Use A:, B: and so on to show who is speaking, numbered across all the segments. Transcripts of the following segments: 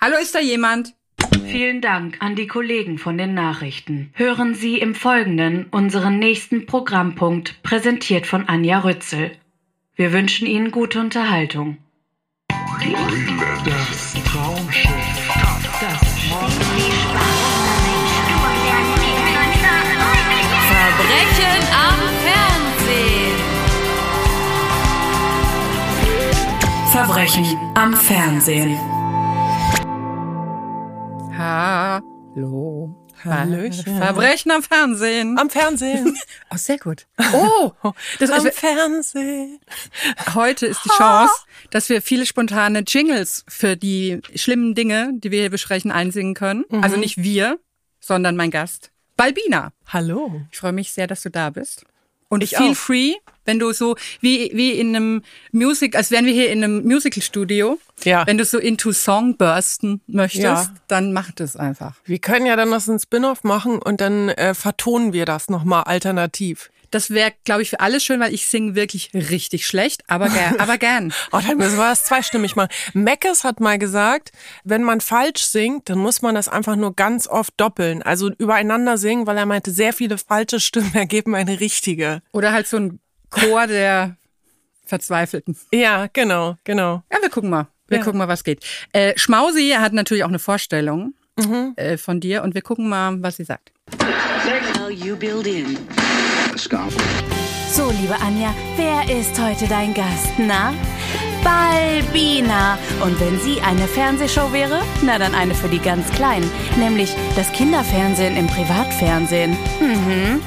A: Hallo, ist da jemand?
B: Vielen Dank an die Kollegen von den Nachrichten. Hören Sie im Folgenden unseren nächsten Programmpunkt, präsentiert von Anja Rützel. Wir wünschen Ihnen gute Unterhaltung.
C: Das Traumschiff. Das
D: Verbrechen am Fernsehen. Verbrechen am Fernsehen.
A: Hallo.
E: Hallöchen.
A: Verbrechen am Fernsehen.
E: Am Fernsehen.
A: Oh, sehr gut. Oh, das
E: Am
A: ist,
E: Fernsehen.
A: heute ist die Chance, dass wir viele spontane Jingles für die schlimmen Dinge, die wir hier besprechen, einsingen können.
E: Mhm.
A: Also nicht wir, sondern mein Gast, Balbina.
E: Hallo.
A: Ich freue mich sehr, dass du da bist. Und
E: Ich
A: feel
E: auch.
A: free, wenn du so wie wie in einem Music, als wären wir hier in einem Musical Studio.
E: Ja.
A: Wenn du so into Song bursten möchtest,
E: Ja.
A: dann mach das einfach.
E: Wir können ja dann noch so einen Spin-off machen und dann äh, vertonen wir das nochmal alternativ.
A: Das wäre, glaube ich, für alle schön, weil ich singe wirklich richtig schlecht, aber gern, aber gern.
E: Oh, dann müssen wir das zweistimmig machen. Meckes hat mal gesagt, wenn man falsch singt, dann muss man das einfach nur ganz oft doppeln. Also übereinander singen, weil er meinte, sehr viele falsche Stimmen ergeben eine richtige.
A: Oder halt so ein Chor der Verzweifelten.
E: Ja, genau, genau.
A: Ja, wir gucken mal. Wir gucken mal, was geht. Äh, Schmausi hat natürlich auch eine Vorstellung äh, von dir und wir gucken mal, was sie sagt.
D: So, liebe Anja, wer ist heute dein Gast? Na? Balbina. Und wenn sie eine Fernsehshow wäre? Na dann eine für die ganz Kleinen. Nämlich das Kinderfernsehen im Privatfernsehen. Mhm.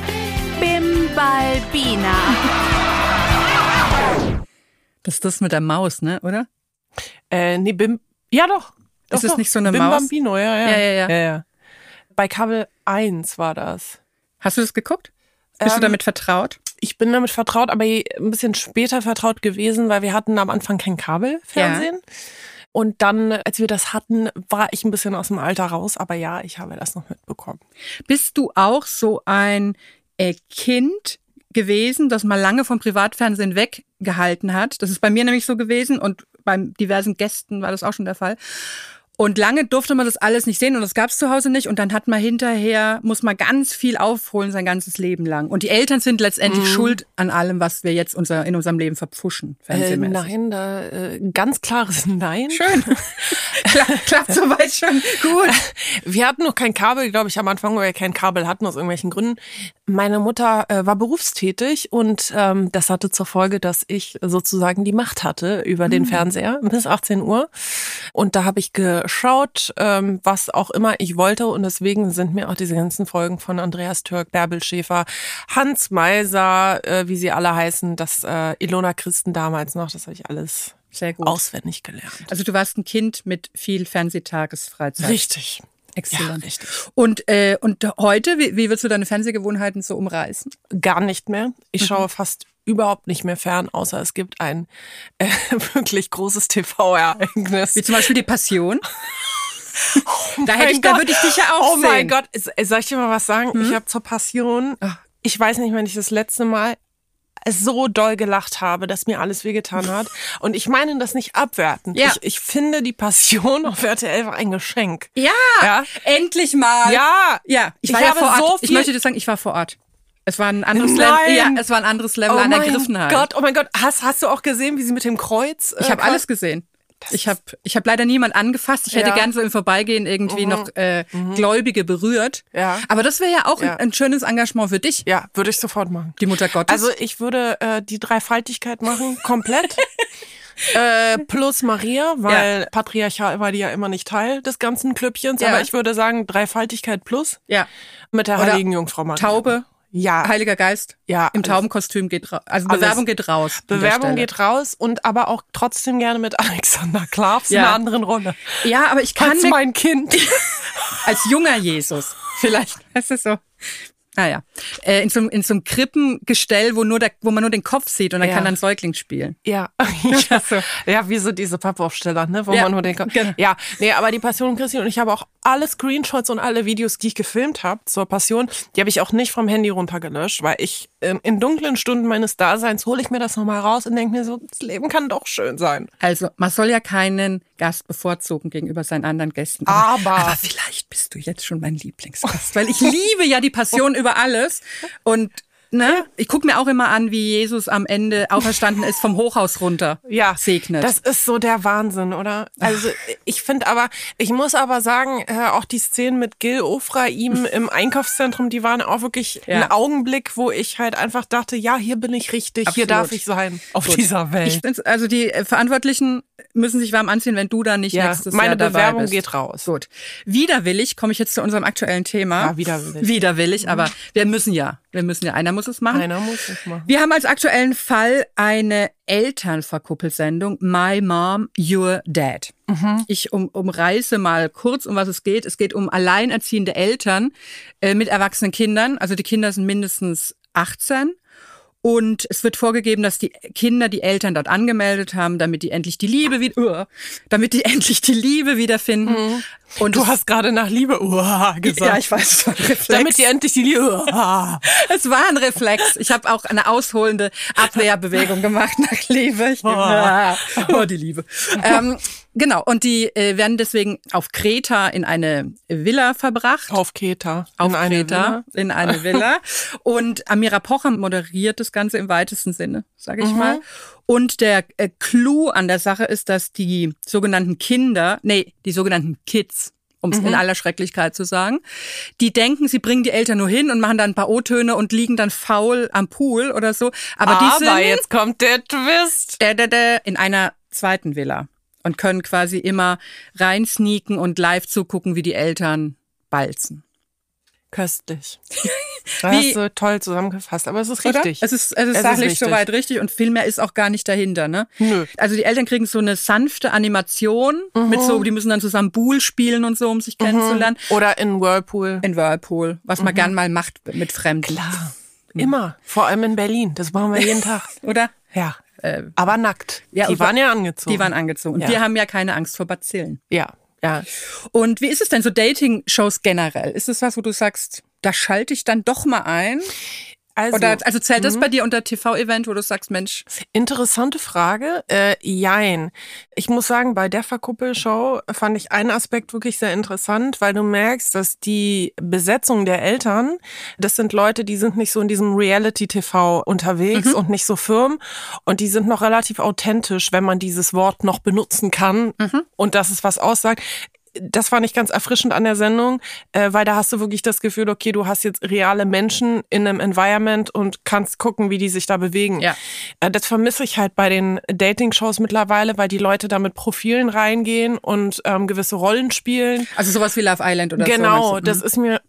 D: Bim Balbina.
A: Das ist das mit der Maus, ne, oder?
E: Äh, nee, Bim. Ja, doch. doch
A: Ist es
E: doch.
A: nicht so eine
E: Bim
A: Maus?
E: Bambino, ja
A: Ja,
E: ja.
A: ja, ja.
E: Bei Kabel 1 war das.
A: Hast du das geguckt? Bist du
E: Ähm,
A: damit vertraut?
E: Ich bin damit vertraut, aber ein bisschen später vertraut gewesen, weil wir hatten am Anfang kein Kabelfernsehen. Und dann, als wir das hatten, war ich ein bisschen aus dem Alter raus. Aber ja, ich habe das noch mitbekommen.
A: Bist du auch so ein äh, Kind gewesen, das mal lange vom Privatfernsehen weggehalten hat? Das ist bei mir nämlich so gewesen und bei diversen Gästen war das auch schon der Fall. Und lange durfte man das alles nicht sehen und das gab es zu Hause nicht. Und dann hat man hinterher, muss man ganz viel aufholen sein ganzes Leben lang. Und die Eltern sind letztendlich schuld an allem, was wir jetzt unser, in unserem Leben verpfuschen.
E: Äh,
A: fernsehmäßig.
E: nein, da äh, ganz klares Nein.
A: Schön. Kla klappt soweit schon. Gut.
E: Wir hatten noch kein Kabel, glaube ich, am Anfang, weil wir kein Kabel hatten aus irgendwelchen Gründen. Meine Mutter äh, war berufstätig und ähm, das hatte zur Folge, dass ich sozusagen die Macht hatte über den Fernseher bis 18 Uhr. Und da habe ich geschaut, ähm, was auch immer ich wollte. Und deswegen sind mir auch diese ganzen Folgen von Andreas Türk, Bärbel Schäfer, Hans Meiser, äh, wie sie alle heißen, das äh, Ilona Christen damals noch, das habe ich alles
A: Sehr gut.
E: auswendig gelernt.
A: Also du warst ein Kind mit viel Fernsehtagesfreizeit.
E: Richtig.
A: Exzellent.
E: Ja, richtig.
A: Und, äh, und heute, wie, wie willst du deine Fernsehgewohnheiten so umreißen?
E: gar nicht mehr. Ich
A: Mhm.
E: schaue fast überhaupt nicht mehr fern, außer es gibt ein äh, wirklich großes TV-Ereignis.
A: Wie zum Beispiel die Passion. da
E: Oh Mein
A: hätte ich, da
E: Gott.
A: würde ich dich ja auch
E: Oh
A: sehen. Mhm.
E: mein Gott, S- soll ich dir mal was sagen? Ich habe zur Passion, ich weiß nicht, wann ich das letzte Mal so doll gelacht habe, dass mir alles wehgetan hat. Und ich meine das nicht abwertend.
A: Ja.
E: Ich, ich finde die Passion auf RTL war ein Geschenk.
A: Ja,
E: Ja.
A: endlich mal.
E: Ja,
A: ja. Ich war
E: ich
A: ja
E: habe
A: vor Ort.
E: so
A: ich
E: viel-
A: möchte dir sagen, ich war vor Ort. Es war ein anderes Level.
E: Nein.
A: Ja, es war ein anderes Level
E: Oh
A: an
E: mein
A: Ergriffenheit.
E: Gott, oh mein Gott, hast, hast du auch gesehen, wie sie mit dem Kreuz? äh,
A: Ich habe
E: kam?
A: alles gesehen. Ich habe ich hab leider niemand angefasst. Ich hätte
E: Ja. Mhm.
A: gern so im Vorbeigehen irgendwie noch äh, Gläubige berührt.
E: Ja.
A: Aber das wäre ja auch
E: Ja.
A: Ein, ein schönes Engagement für dich,
E: Ja, würde ich sofort machen.
A: die Mutter Gottes.
E: Also ich würde äh, die Dreifaltigkeit machen, komplett. äh, plus Maria, weil patriarchal war die ja immer nicht Teil des ganzen Klüppchens.
A: Ja.
E: Aber ich würde sagen, Dreifaltigkeit plus
A: ja.
E: mit der
A: Oder
E: heiligen Jungfrau Maria.
A: Taube.
E: Ja.
A: Heiliger Geist
E: Ja,
A: im
E: alles.
A: Taubenkostüm geht raus. Also
E: Alles.
A: Bewerbung geht raus. an der
E: Bewerbung
A: Stelle.
E: geht raus und aber auch trotzdem gerne mit Alexander Klavs in
A: Ja.
E: einer anderen Rolle.
A: Ja, aber ich kann
E: Als
A: mir,
E: mein Kind.
A: als junger Jesus vielleicht, weißt du so. Naja, äh, in so einem in so einem Krippengestell, wo nur der, wo man nur den Kopf sieht und dann
E: Ja.
A: kann dann Säugling spielen.
E: Ja.
A: Ja, so.
E: ja, wie so diese Pappaufsteller, ne? Wo
A: Ja,
E: man nur denkt,
A: genau.
E: ja, nee, aber die Passion Christi und ich habe auch alle Screenshots und alle Videos, die ich gefilmt habe zur Passion, die habe ich auch nicht vom Handy runtergelöscht, weil ich ähm, in dunklen Stunden meines Daseins hole ich mir das nochmal raus und denke mir so, das Leben kann doch schön sein.
A: Also, man soll ja keinen Gast bevorzugen gegenüber seinen anderen Gästen.
E: Aber-
A: aber vielleicht bist du jetzt schon mein Lieblingsgast, weil ich liebe ja die Passion über alles. Und ne, ich gucke mir auch immer an, wie Jesus am Ende auferstanden ist, vom Hochhaus runter
E: ja,
A: segnet.
E: Das ist so der Wahnsinn, oder? Also ich finde aber, ich muss aber sagen, äh, auch die Szenen mit Gil Ofraim im Einkaufszentrum, die waren auch wirklich
A: Ja.
E: ein Augenblick, wo ich halt einfach dachte, ja, hier bin ich richtig, hier
A: Absolut.
E: darf ich sein. Auf
A: Gut. Ich find's- also die äh, Verantwortlichen müssen sich warm anziehen, wenn du da nicht
E: ja,
A: nächstes
E: meine
A: Jahr dabei
E: Bewerbung
A: bist.
E: geht raus.
A: Gut. Widerwillig komme ich jetzt zu unserem aktuellen Thema.
E: Ja, widerwillig. Mhm.
A: Widerwillig, aber wir müssen ja. Wir müssen ja. Einer muss es machen.
E: Einer muss es machen.
A: Wir haben als aktuellen Fall eine Elternverkuppelsendung My Mom, Your Dad.
E: Mhm.
A: Ich um, umreiße mal kurz, um was es geht. Es geht um alleinerziehende Eltern äh, mit erwachsenen Kindern. Also die Kinder sind mindestens 18. Und es wird vorgegeben, dass die Kinder die Eltern dort angemeldet haben, damit die endlich die Liebe wieder, uh, damit die endlich die Liebe wiederfinden. Und
E: Mhm. Du
A: es-
E: hast gerade nach Liebe uah, gesagt.
A: ja, ich weiß, es war ein Reflex.
E: damit ihr endlich die Liebe. uah.
A: Es war ein Reflex. Ich habe auch eine ausholende Abwehrbewegung gemacht nach Liebe. Ich, Ah, oh, die Liebe. Ähm, genau, und die äh, werden deswegen auf Kreta in eine Villa verbracht.
E: Auf Keta.
A: Auf
E: In eine ne?
A: Kreta,
E: Villa.
A: in eine Villa. Und Amira Pocher moderiert das Ganze im weitesten Sinne, sage
E: Mhm.
A: ich mal. Und der äh, Clou an der Sache ist, dass die sogenannten Kinder, nee, die sogenannten Kids, um es in
E: Mhm.
A: aller Schrecklichkeit zu sagen, die denken, sie bringen die Eltern nur hin und machen dann ein paar O-Töne und liegen dann faul am Pool oder so. Aber, die
E: Aber
A: sind
E: jetzt kommt der Twist.
A: dä, dä, dä, in einer zweiten Villa und können quasi immer rein sneaken und live zugucken, wie die Eltern balzen.
E: Köstlich.
A: Wie-
E: Hast du toll zusammengefasst, aber es ist
A: Oder?
E: richtig.
A: Es ist, es ist
E: Es ist
A: sachlich
E: richtig.
A: soweit richtig und viel mehr ist auch gar nicht dahinter, ne?
E: Nö. Mhm.
A: Also die Eltern kriegen so eine sanfte Animation mit so, die müssen dann zusammen Buhl spielen und so, um sich kennenzulernen.
E: Oder in Whirlpool.
A: In Whirlpool, was
E: Mhm.
A: man gern mal macht mit Fremden. Klar.
E: Immer. Vor allem in Berlin. Das machen wir jeden Tag.
A: Oder?
E: Ja. aber nackt.
A: ja,
E: die
A: und wa-
E: waren ja angezogen.
A: Die waren angezogen. Und
E: Ja.
A: wir haben ja keine Angst vor Bazillen.
E: ja, ja.
A: Und wie ist es denn so Dating-Shows generell? Ist es was, wo du sagst, da schalte ich dann doch mal ein?
E: Also,
A: Oder also zählt das bei dir unter TV-Event, wo du sagst, Mensch,
E: Interessante Frage. Äh, jein. Ich muss sagen, bei der Verkuppelshow fand ich einen Aspekt wirklich sehr interessant, weil du merkst, dass die Besetzung der Eltern, das sind Leute, die sind nicht so in diesem Reality-TV unterwegs und nicht so firm und die sind noch relativ authentisch, wenn man dieses Wort noch benutzen kann und dass es was aussagt. Das fand ich ganz erfrischend an der Sendung, äh, weil da hast du wirklich das Gefühl, okay, du hast jetzt reale Menschen in einem Environment und kannst gucken, wie die sich da bewegen.
A: Ja.
E: Äh, Das vermisse ich halt bei den Dating-Shows mittlerweile, weil die Leute da mit Profilen reingehen und ähm, gewisse Rollen spielen.
A: also sowas wie Love Island oder so.
E: Genau,
A: meinst du? Mhm.
E: das ist mir.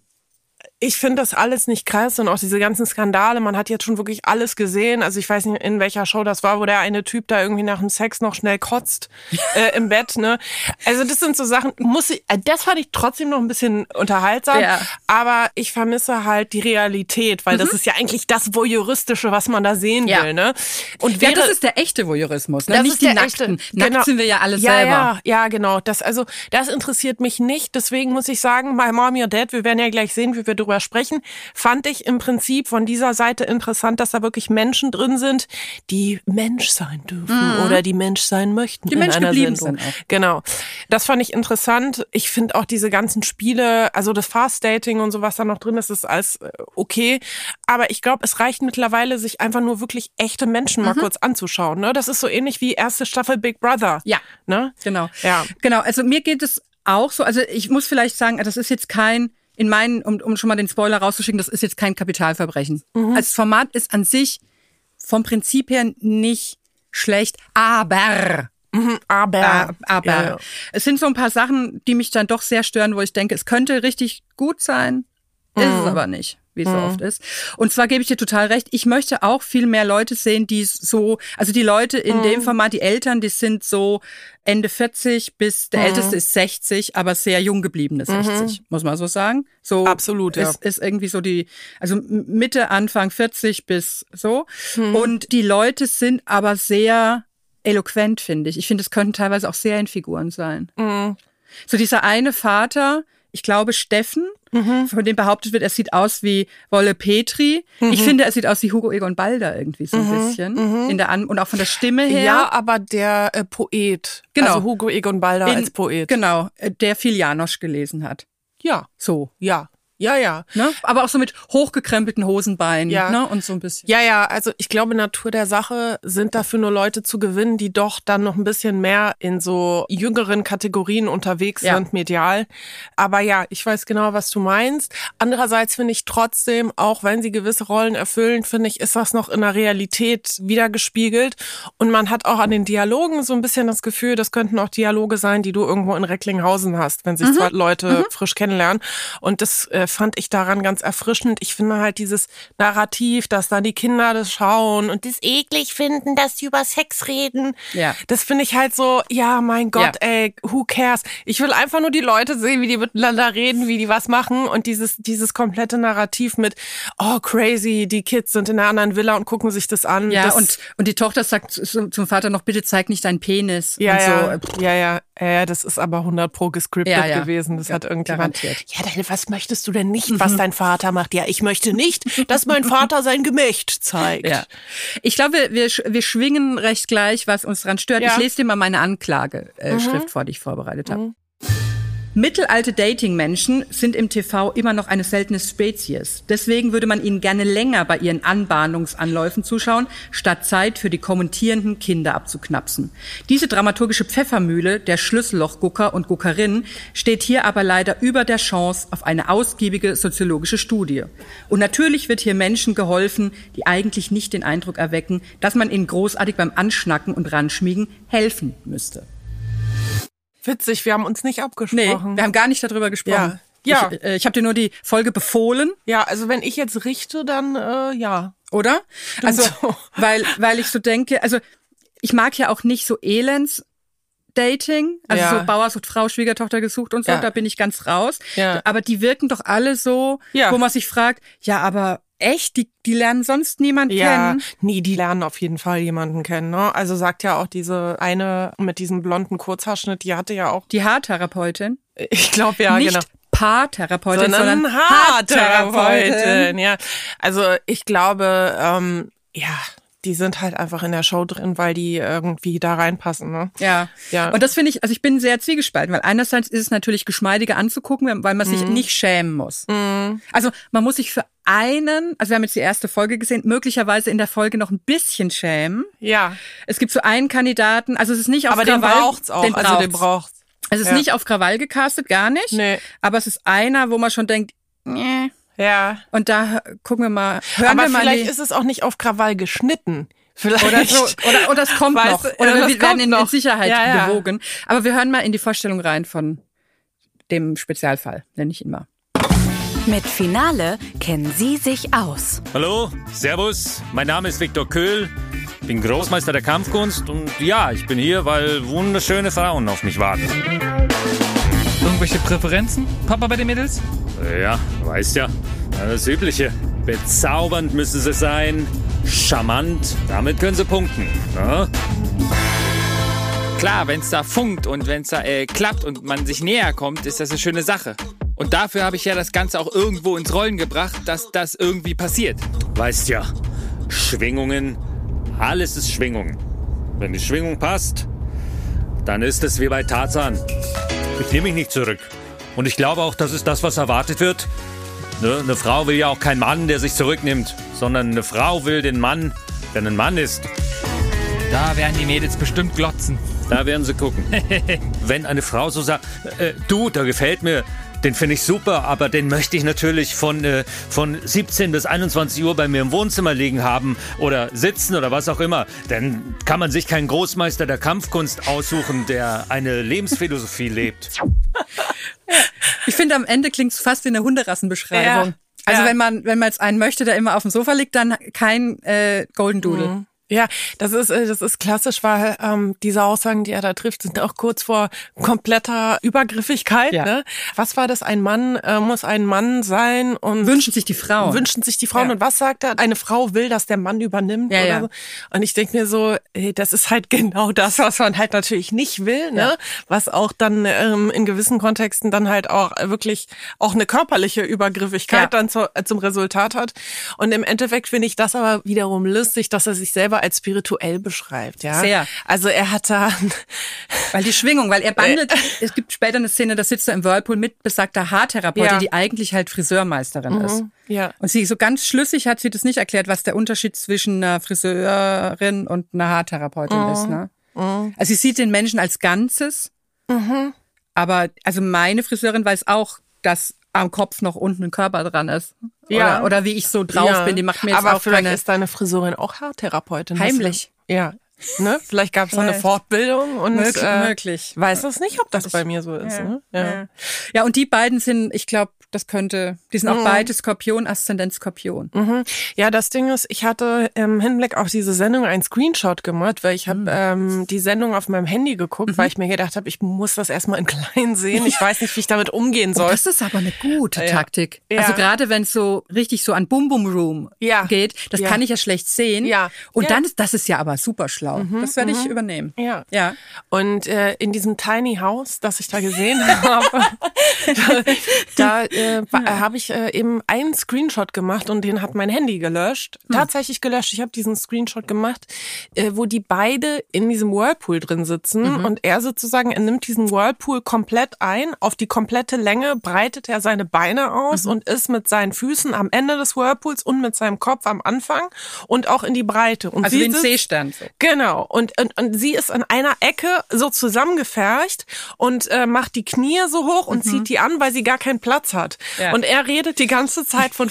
E: Ich finde das alles nicht krass und auch diese ganzen Skandale. Man hat jetzt schon wirklich alles gesehen. Also ich weiß nicht, in welcher Show das war, wo der eine Typ da irgendwie nach dem Sex noch schnell kotzt äh, im Bett. Ne? Also das sind so Sachen. Muss ich? äh, Das fand ich trotzdem noch ein bisschen unterhaltsam.
A: Ja. Mhm.
E: Aber ich vermisse halt die Realität, weil das ist ja eigentlich das voyeuristische, was man da sehen
A: Ja.
E: will. Ne? Und
A: Ja,
E: wäre-
A: das ist der echte Voyeurismus, ne?
E: das
A: nicht
E: ist
A: die
E: der
A: Nackten.
E: echte-
A: Nackt
E: genau.
A: sind wir ja alles
E: ja,
A: selber.
E: Ja, ja, genau. Das, also, das interessiert mich nicht. Deswegen muss ich sagen, My Mom, Your Dad, wir werden ja gleich sehen, wie wir drüber sprechen, fand ich im Prinzip von dieser Seite interessant, dass da wirklich Menschen drin sind, die Mensch sein dürfen oder die Mensch sein möchten.
A: Mhm. Die
E: in
A: Mensch
E: einer
A: geblieben
E: Sendung.
A: sind auch.
E: Genau. Das fand ich interessant. Ich finde auch diese ganzen Spiele, also das Fast Dating und so, was da noch drin ist, ist alles äh, okay. Aber ich glaube, es reicht mittlerweile, sich einfach nur wirklich echte Menschen
A: Mhm.
E: mal kurz anzuschauen. Ne? Das ist so ähnlich wie erste Staffel Big Brother.
A: Ja.
E: Ne?
A: Genau.
E: Ja.
A: Genau. Also mir geht es auch so. Also ich muss vielleicht sagen, das ist jetzt kein, in meinen, um, um schon mal den Spoiler rauszuschicken, das ist jetzt kein Kapitalverbrechen.
E: Mhm.
A: Als Format ist an sich vom Prinzip her nicht schlecht, aber
E: Aber.
A: Ah, aber
E: Ja, ja.
A: es sind so ein paar Sachen, die mich dann doch sehr stören, wo ich denke, es könnte richtig gut sein, ist es aber nicht, wie es so oft ist. Und zwar gebe ich dir total recht, ich möchte auch viel mehr Leute sehen, die so, also die Leute in dem Format, die Eltern, die sind so Ende 40 bis der Älteste ist 60, aber sehr jung gebliebene 60, muss man so sagen. So
E: Absolut, ja.
A: ist, ist irgendwie so die, also M- Mitte, Anfang 40 bis so. Und die Leute sind aber sehr eloquent, finde ich. Ich finde, es könnten teilweise auch Serienfiguren sein. So dieser eine Vater, ich glaube, Steffen,
E: Mhm.
A: von dem behauptet wird, es sieht aus wie Wolle Petri.
E: Mhm.
A: Ich finde, es sieht aus wie Hugo Egon Balder irgendwie so ein bisschen. In der An und auch von der Stimme her.
E: Ja, aber der äh, Poet.
A: Genau.
E: Also Hugo Egon Balder
A: In-
E: als Poet.
A: Genau, äh, der viel Janosch gelesen hat.
E: Ja,
A: So.
E: ja, ja, ja.
A: Ne? Aber auch so mit hochgekrempelten Hosenbeinen
E: Ja.
A: ne? und so ein bisschen.
E: Ja, ja, also ich glaube, Natur der Sache sind dafür nur Leute zu gewinnen, die doch dann noch ein bisschen mehr in so jüngeren Kategorien unterwegs
A: Ja.
E: sind, medial. Aber ja, ich weiß genau, was du meinst. Andererseits finde ich trotzdem, auch wenn sie gewisse Rollen erfüllen, finde ich, ist das noch in der Realität wiedergespiegelt. Und man hat auch an den Dialogen so ein bisschen das Gefühl, das könnten auch Dialoge sein, die du irgendwo in Recklinghausen hast, wenn sich zwei Leute frisch kennenlernen. Und das äh, fand ich daran ganz erfrischend. Ich finde halt dieses Narrativ, dass da die Kinder das schauen und das eklig finden, dass sie über Sex reden.
A: Ja.
E: Das finde ich halt so, ja, mein Gott,
A: Ja.
E: ey, who cares? Ich will einfach nur die Leute sehen, wie die miteinander reden, wie die was machen und dieses, dieses komplette Narrativ mit, oh, crazy, die Kids sind in einer anderen Villa und gucken sich das an.
A: Ja,
E: das,
A: und, und die Tochter sagt zu- zum Vater noch, bitte zeig nicht deinen Penis.
E: ja,
A: und so. Äh,
E: ja, ja, ja, ja, ja, das ist aber 100 pro gescriptet
A: Ja, ja.
E: gewesen. Das
A: Ja,
E: hat irgendjemand.
A: garantiert. Mhm.
E: Ja, dann, was möchtest du denn nicht, was dein Vater macht? Ja, ich möchte nicht, dass mein Vater sein Gemächt zeigt.
A: Ja. Ich glaube, wir, wir, sch- wir schwingen recht gleich, was uns daran stört.
E: Ja. Mhm.
A: Ich lese dir mal meine Anklageschrift äh, Schrift vor, die ich vorbereitet habe. Mittelalte Dating-Menschen sind im TV immer noch eine seltene Spezies. Deswegen würde man ihnen gerne länger bei ihren Anbahnungsanläufen zuschauen, statt Zeit für die kommentierenden Kinder abzuknapsen. Diese dramaturgische Pfeffermühle der Schlüssellochgucker und Guckerinnen steht hier aber leider über der Chance auf eine ausgiebige soziologische Studie. Und natürlich wird hier Menschen geholfen, die eigentlich nicht den Eindruck erwecken, dass man ihnen großartig beim Anschnacken und Ranschmiegen helfen müsste.
E: Witzig, wir haben uns nicht
A: Nee,
E: abgesprochen.
A: wir haben gar nicht darüber gesprochen.
E: Ja. Ja.
A: Ich, äh, ich habe dir nur die Folge befohlen,
E: Ja, also wenn ich jetzt richte, dann äh, ja.
A: oder? also,
E: so.
A: weil, weil ich so denke, also ich mag ja auch nicht so Elends. Dating, also
E: Ja.
A: so Bauer sucht Frau, Schwiegertochter gesucht und so,
E: Ja.
A: da bin ich ganz raus.
E: Ja.
A: Aber die wirken doch alle so,
E: Ja.
A: wo man sich fragt, ja, aber echt, die, die lernen sonst niemand
E: Ja,
A: kennen.
E: nee, die lernen auf jeden Fall jemanden kennen. Ne? Also sagt ja auch diese eine mit diesem blonden Kurzhaarschnitt, die hatte ja auch,
A: Die Haartherapeutin.
E: ich glaube ja,
A: nicht
E: genau.
A: Paartherapeutin, sondern,
E: sondern Haartherapeutin. Ja, also ich glaube, ähm, ja, die sind halt einfach in der Show drin, weil die irgendwie da reinpassen. Ne?
A: Ja.
E: Ja.
A: Und das finde ich, also ich bin sehr zwiegespalten, weil einerseits ist es natürlich geschmeidiger anzugucken, weil man
E: Mhm.
A: sich nicht schämen muss. Also man muss sich für einen, also wir haben jetzt die erste Folge gesehen, möglicherweise in der Folge noch ein bisschen schämen.
E: Ja,
A: Es gibt so einen Kandidaten, also es ist nicht auf
E: aber den
A: Krawall.
E: braucht's auch. also
A: braucht's.
E: den braucht's.
A: es ist
E: ja.
A: nicht auf Krawall gecastet, gar nicht.
E: Nee.
A: Aber es ist einer, wo man schon denkt, nee.
E: Ja.
A: Und da gucken wir mal, hören
E: aber
A: wir mal
E: vielleicht
A: die-
E: ist es auch nicht auf Krawall geschnitten. Vielleicht.
A: Oder, so, oder, oder es kommt
E: Weißt
A: noch.
E: du,
A: Oder
E: ja,
A: wir
E: das
A: werden
E: kommt
A: in, in
E: noch.
A: Sicherheit
E: Ja, ja.
A: gewogen. Aber wir hören mal in die Vorstellung rein von dem Spezialfall, nenne ich ihn mal.
D: Mit Finale kennen Sie sich aus.
F: Hallo, Servus, mein Name ist Viktor Köhl, bin Großmeister der Kampfkunst und ja, ich bin hier, weil wunderschöne Frauen auf mich warten.
G: Irgendwelche Präferenzen, Papa bei den Mädels?
F: Ja, weißt ja, das Übliche. Bezaubernd müssen sie sein, charmant, damit können sie punkten. ne? Ja?
G: Klar, wenn es da funkt und wenn es da äh, klappt und man sich näher kommt, ist das eine schöne Sache. Und dafür habe ich ja das Ganze auch irgendwo ins Rollen gebracht, dass das irgendwie passiert.
F: Weißt ja, Schwingungen, alles ist Schwingung. Wenn die Schwingung passt, dann ist es wie bei Tarzan. Ich nehme mich nicht zurück. Und ich glaube auch, das ist das, was erwartet wird. Ne? Eine Frau will ja auch keinen Mann, der sich zurücknimmt, sondern eine Frau will den Mann, der ein Mann ist.
G: Da werden die Mädels bestimmt glotzen.
F: Da werden sie gucken. Wenn eine Frau so sagt, äh, du, da gefällt mir, den finde ich super, aber den möchte ich natürlich von, äh, von 17 bis 21 Uhr bei mir im Wohnzimmer liegen haben oder sitzen oder was auch immer, dann kann man sich keinen Großmeister der Kampfkunst aussuchen, der eine Lebensphilosophie lebt.
A: Ich finde, am Ende klingt es fast wie eine Hunderassenbeschreibung.
E: Ja.
A: Also
E: Ja.
A: wenn man wenn man jetzt einen möchte, der immer auf dem Sofa liegt, dann kein äh, Golden Doodle.
E: Ja, das ist, äh, das ist klassisch, weil ähm, diese Aussagen, die er da trifft, sind auch kurz vor kompletter Übergriffigkeit.
A: Ja.
E: Ne? Was war das? Ein Mann äh, muss ein Mann sein und
A: Wünschen sich die Frauen.
E: wünschen sich die Frauen.
A: Ja.
E: Und was sagt er? Eine Frau will, dass der Mann übernimmt
A: Ja,
E: oder
A: ja.
E: so. Und ich denke mir so, ey, das ist halt genau das, was man halt natürlich nicht will, ne? Was auch dann ähm, in gewissen Kontexten dann halt auch wirklich auch eine körperliche Übergriffigkeit
A: Ja.
E: dann zu, äh, zum Resultat hat. Und im Endeffekt finde ich das aber wiederum lustig, dass er sich selber als spirituell beschreibt, ja.
A: Sehr.
E: Also er hat da
A: Weil die Schwingung, weil er bandet, es gibt später eine Szene, da sitzt er im Whirlpool mit besagter Haartherapeutin,
E: Ja.
A: die eigentlich halt Friseurmeisterin ist.
E: ja.
A: Und sie so ganz schlüssig hat sie das nicht erklärt, was der Unterschied zwischen einer Friseurin und einer Haartherapeutin
E: Mhm.
A: ist. Ne? Also sie sieht den Menschen als Ganzes,
E: Mhm.
A: aber also meine Friseurin weiß auch, dass am Kopf noch unten ein Körper dran ist.
E: Ja.
A: Oder, oder wie ich so drauf
E: ja.
A: bin, die macht mir jetzt
E: aber
A: auch
E: vielleicht
A: keine...
E: ist deine Friseurin auch Haartherapeutin. das-
A: Heimlich.
E: Ja. Ne? Vielleicht gab es noch eine
A: Vielleicht.
E: Fortbildung und
A: Möglich-
E: äh,
A: möglich.
E: weiß das nicht, ob das bei mir so ist. Ne?
A: ja. ja, und die beiden sind, ich glaube, das könnte, die sind auch beide Skorpion, Aszendent Skorpion.
E: Mhm. Ja, das Ding ist, ich hatte im Hinblick auf diese Sendung einen Screenshot gemacht, weil ich habe
A: Hm.
E: ähm, die Sendung auf meinem Handy geguckt,
A: Mhm.
E: weil ich mir gedacht habe, ich muss das erstmal in klein sehen. Ich weiß nicht, wie ich damit umgehen soll.
A: Das ist aber eine gute Taktik.
E: Ja.
A: Also gerade wenn es so richtig so an Bum Bum Room
E: Ja.
A: geht, das
E: Ja.
A: kann ich ja schlecht sehen.
E: Ja.
A: Und
E: Ja. Mhm,
A: dann ist das ist ja aber super schlau. das werde ich übernehmen.
E: Ja.
A: Ja.
E: Und äh, in diesem Tiny House, das ich da gesehen habe, da, da äh, wa- äh, habe ich äh, eben einen Screenshot gemacht und den hat mein Handy gelöscht. Tatsächlich gelöscht. Ich habe diesen Screenshot gemacht, äh, wo die beide in diesem Whirlpool drin sitzen und er sozusagen, er nimmt diesen Whirlpool komplett ein. Auf die komplette Länge breitet er seine Beine aus und ist mit seinen Füßen am Ende des Whirlpools und mit seinem Kopf am Anfang und auch in die Breite. Und
A: Also
E: sie
A: wie ein
E: sitzt-
A: Seestern. So.
E: Genau. Und, und, und sie ist an einer Ecke so zusammengefercht und äh, macht die Knie so hoch und zieht die an, weil sie gar keinen Platz hat.
A: Mhm. Ja.
E: Und er redet die ganze Zeit von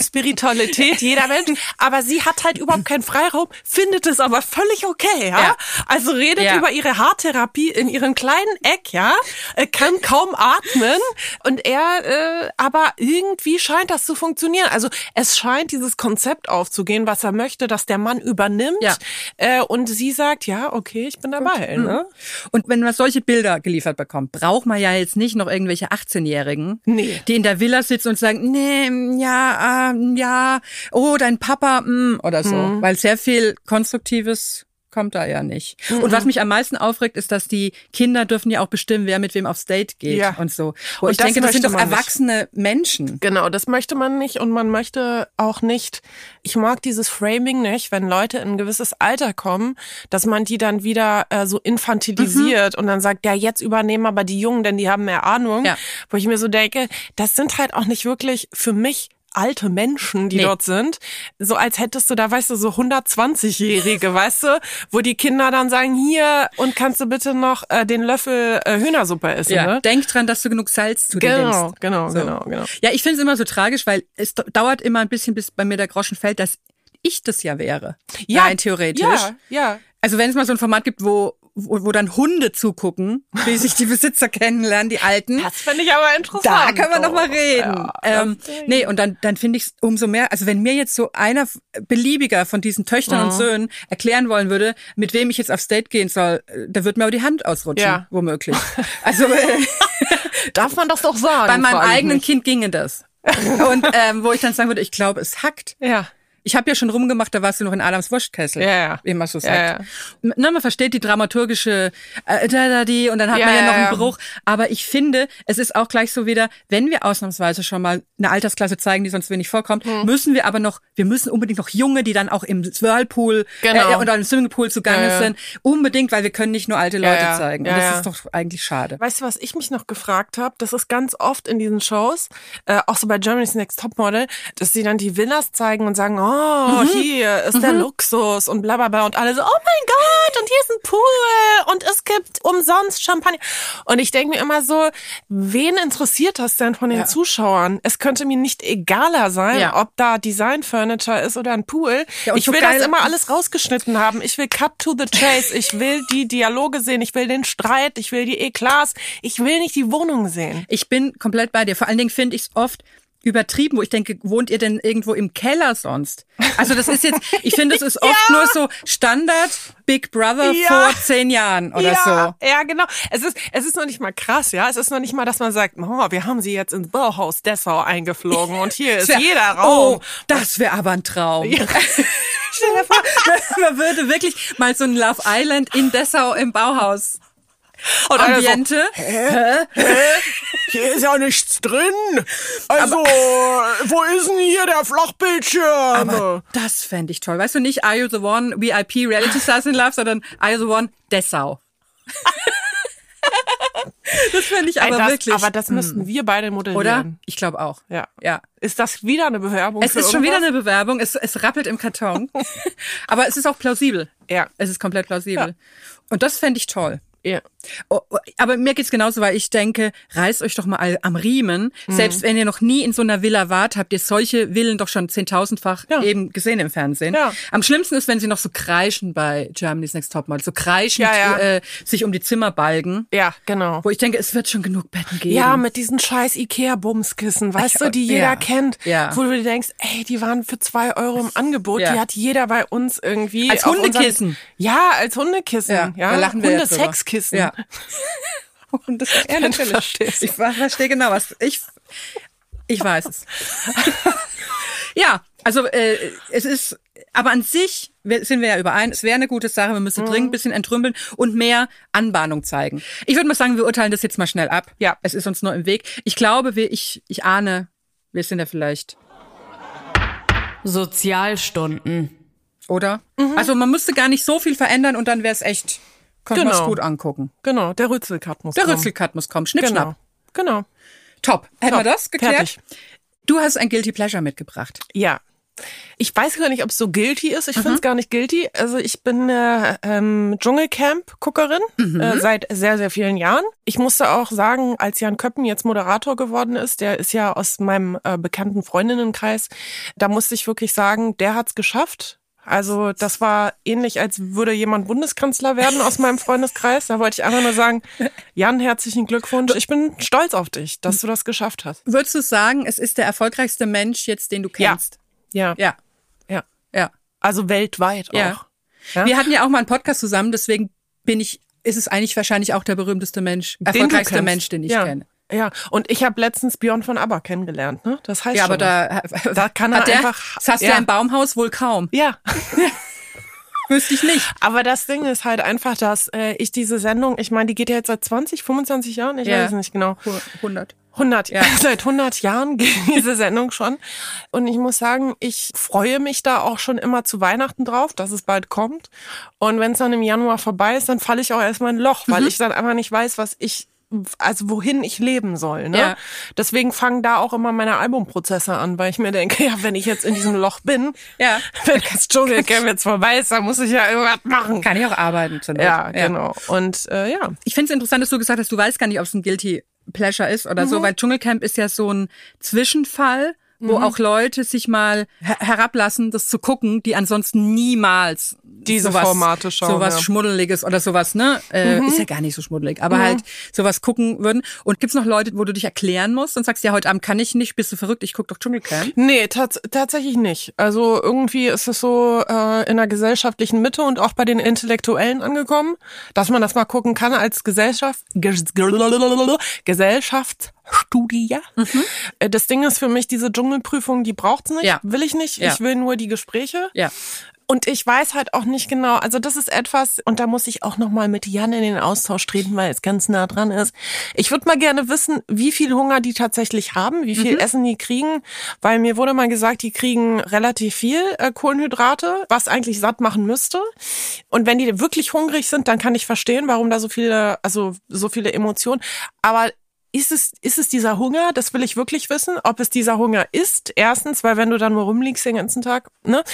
E: Spiritualität, jeder Mensch. Aber sie hat halt überhaupt keinen Freiraum, findet es aber völlig okay, ja?
A: Ja.
E: Also redet
A: Ja.
E: über ihre Haartherapie in ihrem kleinen Eck, ja? Äh, kann kaum atmen. Und er, äh, aber irgendwie scheint das zu funktionieren. Also es scheint dieses Konzept aufzugehen, was er möchte, dass der Mann übernimmt.
A: Ja.
E: Äh, und sie sagt, ja, okay, ich bin dabei. Ne?
A: Und wenn man solche Bilder geliefert bekommt, braucht man ja jetzt nicht noch irgendwelche 18-Jährigen,
E: Nee.
A: die in der Villa sitzen und sagen, nee, mm, ja, ähm, ja, oh, dein Papa, mm, oder so.
E: Mhm.
A: Weil sehr viel Konstruktives kommt da ja nicht. Und
E: Mhm.
A: was mich am meisten aufregt, ist, dass die Kinder dürfen ja auch bestimmen, wer mit wem aufs Date geht
E: Ja.
A: und so. Wo
E: Und
A: ich
E: das
A: denke, das sind
E: möchte
A: doch
E: man nicht.
A: erwachsene Menschen.
E: Genau, das möchte man nicht und man möchte auch nicht, ich mag dieses Framing nicht, wenn Leute in ein gewisses Alter kommen, dass man die dann wieder äh, so infantilisiert und dann sagt, ja, jetzt übernehmen aber die Jungen, denn die haben mehr Ahnung.
A: Mhm. Ja.
E: Wo ich mir so denke, das sind halt auch nicht wirklich für mich alte Menschen, die
A: Nee.
E: dort sind, so als hättest du da, weißt du, so 120-Jährige, weißt du, wo die Kinder dann sagen, hier, und kannst du bitte noch äh, den Löffel äh, Hühnersuppe essen,
A: Ja.
E: ne?
A: Denk dran, dass du genug Salz zu dir nimmst.
E: Genau, genau,
A: So.
E: genau, genau.
A: Ja, ich finde es immer so tragisch, weil es dau- dauert immer ein bisschen, bis bei mir der Groschen fällt, dass ich das ja wäre. Rein theoretisch.
E: Ja, ja.
A: Also wenn es mal so ein Format gibt, wo, wo, wo dann Hunde zugucken, wie sich die Besitzer kennenlernen, die Alten.
E: Das finde ich aber interessant.
A: Da kann man noch mal
E: Oh,
A: reden.
E: ja,
A: ähm,
E: das Ding.
A: nee, und dann, dann finde ich es umso mehr, also wenn mir jetzt so einer f- beliebiger von diesen Töchtern
E: Mhm.
A: und Söhnen erklären wollen würde, mit wem ich jetzt aufs Date gehen soll, äh, da wird mir aber die Hand ausrutschen,
E: Ja.
A: womöglich. Also
E: Darf man das doch sagen?
A: bei meinem
E: frage ich
A: eigenen
E: mich.
A: Kind ginge das. Und ähm, wo ich dann sagen würde, ich glaube, es hackt.
E: Ja.
A: Ich habe ja schon rumgemacht, da warst du noch in Adams Wurstkessel.
E: Ja, ja.
A: Wie man so sagt.
E: Ja,
A: Na, man versteht die dramaturgische äh, da, da, die und dann hat
E: Ja,
A: man ja
E: ja,
A: noch einen
E: ja.
A: Bruch. Aber ich finde, es ist auch gleich so wieder, wenn wir ausnahmsweise schon mal eine Altersklasse zeigen, die sonst wenig vorkommt,
E: Hm.
A: müssen wir aber noch, wir müssen unbedingt noch Junge, die dann auch im Whirlpool
E: Genau.
A: äh, oder im Swimmingpool zugange
E: Ja, ja.
A: sind, unbedingt, weil wir können nicht nur alte Leute
E: ja.
A: zeigen. Und
E: Ja,
A: das
E: ja.
A: ist doch eigentlich schade.
E: Weißt du, was ich mich noch gefragt habe? Das ist ganz oft in diesen Shows, äh, auch so bei Germany's Next Topmodel, dass sie dann die Villas zeigen und sagen, oh,
A: Mhm.
E: hier ist der Luxus und bla bla bla und alle so, oh mein Gott, und hier ist ein Pool und es gibt umsonst Champagner. Und ich denke mir immer so, wen interessiert das denn von den
A: Ja.
E: Zuschauern? Es könnte mir nicht egaler sein,
A: Ja.
E: ob da Design Furniture ist oder ein Pool.
A: Ja, und
E: ich
A: so
E: will
A: geil-
E: das immer alles rausgeschnitten haben. Ich will Cut to the Chase. Ich will die Dialoge sehen. Ich will den Streit. Ich will die Eklats. Ich will nicht die Wohnung sehen.
A: Ich bin komplett bei dir. Vor allen Dingen finde ich es oft, übertrieben, wo ich denke, wohnt ihr denn irgendwo im Keller sonst? Also das ist jetzt, ich finde, es ist oft nur so Standard Big Brother
E: Ja.
A: vor zehn Jahren oder
E: ja,
A: so.
E: ja, genau. Es ist, es ist noch nicht mal krass, ja. Es ist noch nicht mal, dass man sagt, oh, wir haben sie jetzt ins Bauhaus Dessau eingeflogen und hier ist
A: Tja,
E: jeder Raum.
A: Oh, das wäre aber ein Traum.
E: Ja.
A: Stell dir vor, man würde wirklich mal so ein Love Island in Dessau im Bauhaus.
E: Und einer so,
A: Ambiente.
E: Hier ist ja nichts drin. Also, wo ist denn hier der Flachbildschirm?
A: Aber das fände ich toll. Weißt du, nicht Are You the One VIP Reality Stars in Love, sondern Are You the One Dessau. das fände ich
E: Ey,
A: aber
E: das,
A: wirklich. Hm.
E: aber das müssten wir beide modellieren.
A: oder? Ich glaube auch.
E: Ja.
A: Ja.
E: Ist das wieder eine Bewerbung?
A: Es
E: für
A: ist schon wieder
E: irgendwas?
A: eine Bewerbung, es, es rappelt im Karton. aber es ist auch plausibel.
E: Ja.
A: Es ist komplett plausibel. Und das fände ich toll.
E: Ja.
A: Oh, oh, aber mir geht's genauso, weil ich denke, reißt euch doch mal all- am Riemen.
E: Mhm.
A: Selbst wenn ihr noch nie in so einer Villa wart, habt ihr solche Villen doch schon zehntausendfach
E: Ja.
A: eben gesehen im Fernsehen.
E: Ja.
A: Am schlimmsten ist, wenn sie noch so kreischen bei Germany's Next Topmodel, so kreischend
E: Ja, ja.
A: Äh, sich um die Zimmer balgen,
E: Ja, genau.
A: wo ich denke, es wird schon genug Betten geben.
E: Ja, mit diesen scheiß Ikea-Bumskissen, weißt du, die jeder
A: ja.
E: kennt,
A: Ja.
E: wo du dir denkst, ey, die waren für zwei Euro im Angebot,
A: Ja.
E: die hat jeder bei uns irgendwie.
A: Als
E: auf unserem-
A: Hundekissen.
E: ja, als Hundekissen. Ja,
A: da lachen wir jetzt drüber.
E: Hundesexkissen.
A: Ja. Und das, ja, natürlich.
E: verstehst du.
A: Ich ver- verstehe genau was. Ich, ich weiß es. ja, also äh, es ist, aber an sich wir- sind wir ja überein, es wäre eine gute Sache, wir
E: Mhm.
A: müssen dringend ein bisschen entrümpeln und mehr Anbahnung zeigen. Ich würde mal sagen, wir urteilen das jetzt mal schnell ab.
E: Ja.
A: Es ist uns nur im Weg. Ich glaube, wir, ich, ich ahne, wir sind ja vielleicht,
D: Sozialstunden.
A: oder?
E: Mhm.
A: Also man müsste gar nicht so viel verändern und dann wäre es echt, könnte man es
E: Genau.
A: gut angucken.
E: Genau, der Rützelkat muss
A: Der
E: kommen.
A: Rützelkat muss kommen. Schnipp,
E: Genau.
A: schnapp.
E: Genau.
A: Top. Hätten wir
E: Top.
A: das geklärt?
E: Fertig.
A: Du hast ein Guilty Pleasure mitgebracht.
E: Ja. Ich weiß gar nicht, ob es so guilty ist. Ich find's finde es gar nicht guilty. Also ich bin äh, ähm, Dschungelcamp-Guckerin äh, seit sehr, sehr vielen Jahren. Ich musste auch sagen, als Jan Köppen jetzt Moderator geworden ist, der ist ja aus meinem äh, bekannten Freundinnenkreis, da musste ich wirklich sagen, der hat's geschafft. Also das war ähnlich, als würde jemand Bundeskanzler werden aus meinem Freundeskreis. Da wollte ich einfach nur sagen, Jan, herzlichen Glückwunsch. Ich bin stolz auf dich, dass du das geschafft hast.
A: Würdest du sagen, es ist der erfolgreichste Mensch jetzt, den du
E: Ja.
A: kennst?
E: Ja,
A: Ja.
E: ja.
A: Ja.
E: Also weltweit
A: Ja.
E: auch. Ja?
A: Wir hatten ja auch mal einen Podcast zusammen, deswegen bin ich, ist es eigentlich wahrscheinlich auch der berühmteste Mensch,
E: Den du
A: erfolgreichste
E: kennst.
A: Mensch, den ich
E: ja.
A: kenne.
E: Ja, und ich habe letztens Björn von Aber kennengelernt, ne? Das heißt
A: Ja,
E: schon
A: aber
E: was.
A: da,
E: Da kann er
A: hat der,
E: einfach-
A: Das hast du
E: ja.
A: ja im Baumhaus wohl kaum.
E: Ja,
A: Wüsste ich nicht.
E: aber das Ding ist halt einfach, dass äh, ich diese Sendung, ich meine, die geht ja jetzt seit 20, 25 Jahren, ich
A: Ja.
E: weiß es nicht genau.
A: 100.
E: 100,
A: Ja.
E: seit 100 Jahren geht diese Sendung schon. Und ich muss sagen, ich freue mich da auch schon immer zu Weihnachten drauf, dass es bald kommt. Und wenn es dann im Januar vorbei ist, dann falle ich auch erstmal in ein Loch,
A: Mhm.
E: weil ich dann einfach nicht weiß, was ich, also wohin ich leben soll. Ne?
A: Ja.
E: Deswegen fangen da auch immer meine Albumprozesse an, weil ich mir denke, ja, wenn ich jetzt in diesem Loch bin,
A: Ja.
E: wenn das Dschungelcamp jetzt vorbei ist, dann muss ich ja irgendwas machen.
A: Kann ich auch arbeiten. zur Not.
E: Ja, genau. Und äh, ja.
A: Ich finde es interessant, dass du gesagt hast, du weißt gar nicht, ob es ein Guilty Pleasure ist oder
E: Mhm.
A: so, weil Dschungelcamp ist ja so ein Zwischenfall, wo auch Leute sich mal her herablassen, das zu gucken, die ansonsten niemals
E: Diese
A: sowas,
E: Formate schauen,
A: sowas
E: ja. Mhm.
A: Schmuddeliges oder sowas, ne? Äh, Ist ja gar nicht so schmuddelig, aber halt sowas gucken würden. Und gibt's noch Leute, wo du dich erklären musst und sagst, ja, heute Abend kann ich nicht, bist du verrückt, ich guck doch Dschungelcamp.
E: Nee, tats tatsächlich nicht. Also irgendwie ist es so äh, in der gesellschaftlichen Mitte und auch bei den Intellektuellen angekommen, dass man das mal gucken kann als Gesellschaft, Ges Gesellschaftsstudie. Äh, Das Ding ist für mich, diese Dschungelprüfung, die braucht's nicht,
A: Mhm. Ja.
E: will ich nicht.
A: Ja.
E: Ich will nur die Gespräche.
A: Ja.
E: Und ich weiß halt auch nicht genau, also das ist etwas, und da muss ich auch nochmal mit Jan in den Austausch treten, weil es ganz nah dran ist. Ich würde mal gerne wissen, wie viel Hunger die tatsächlich haben, wie viel Essen die kriegen, weil mir wurde mal gesagt, die kriegen relativ viel äh, Kohlenhydrate, was eigentlich satt machen müsste. Und wenn die wirklich hungrig sind, dann kann ich verstehen, warum da so viele, also so viele Emotionen. Aber ist es, ist es dieser Hunger? Das will ich wirklich wissen, ob es dieser Hunger ist. Erstens, weil wenn du dann nur rumliegst den ganzen Tag, ne?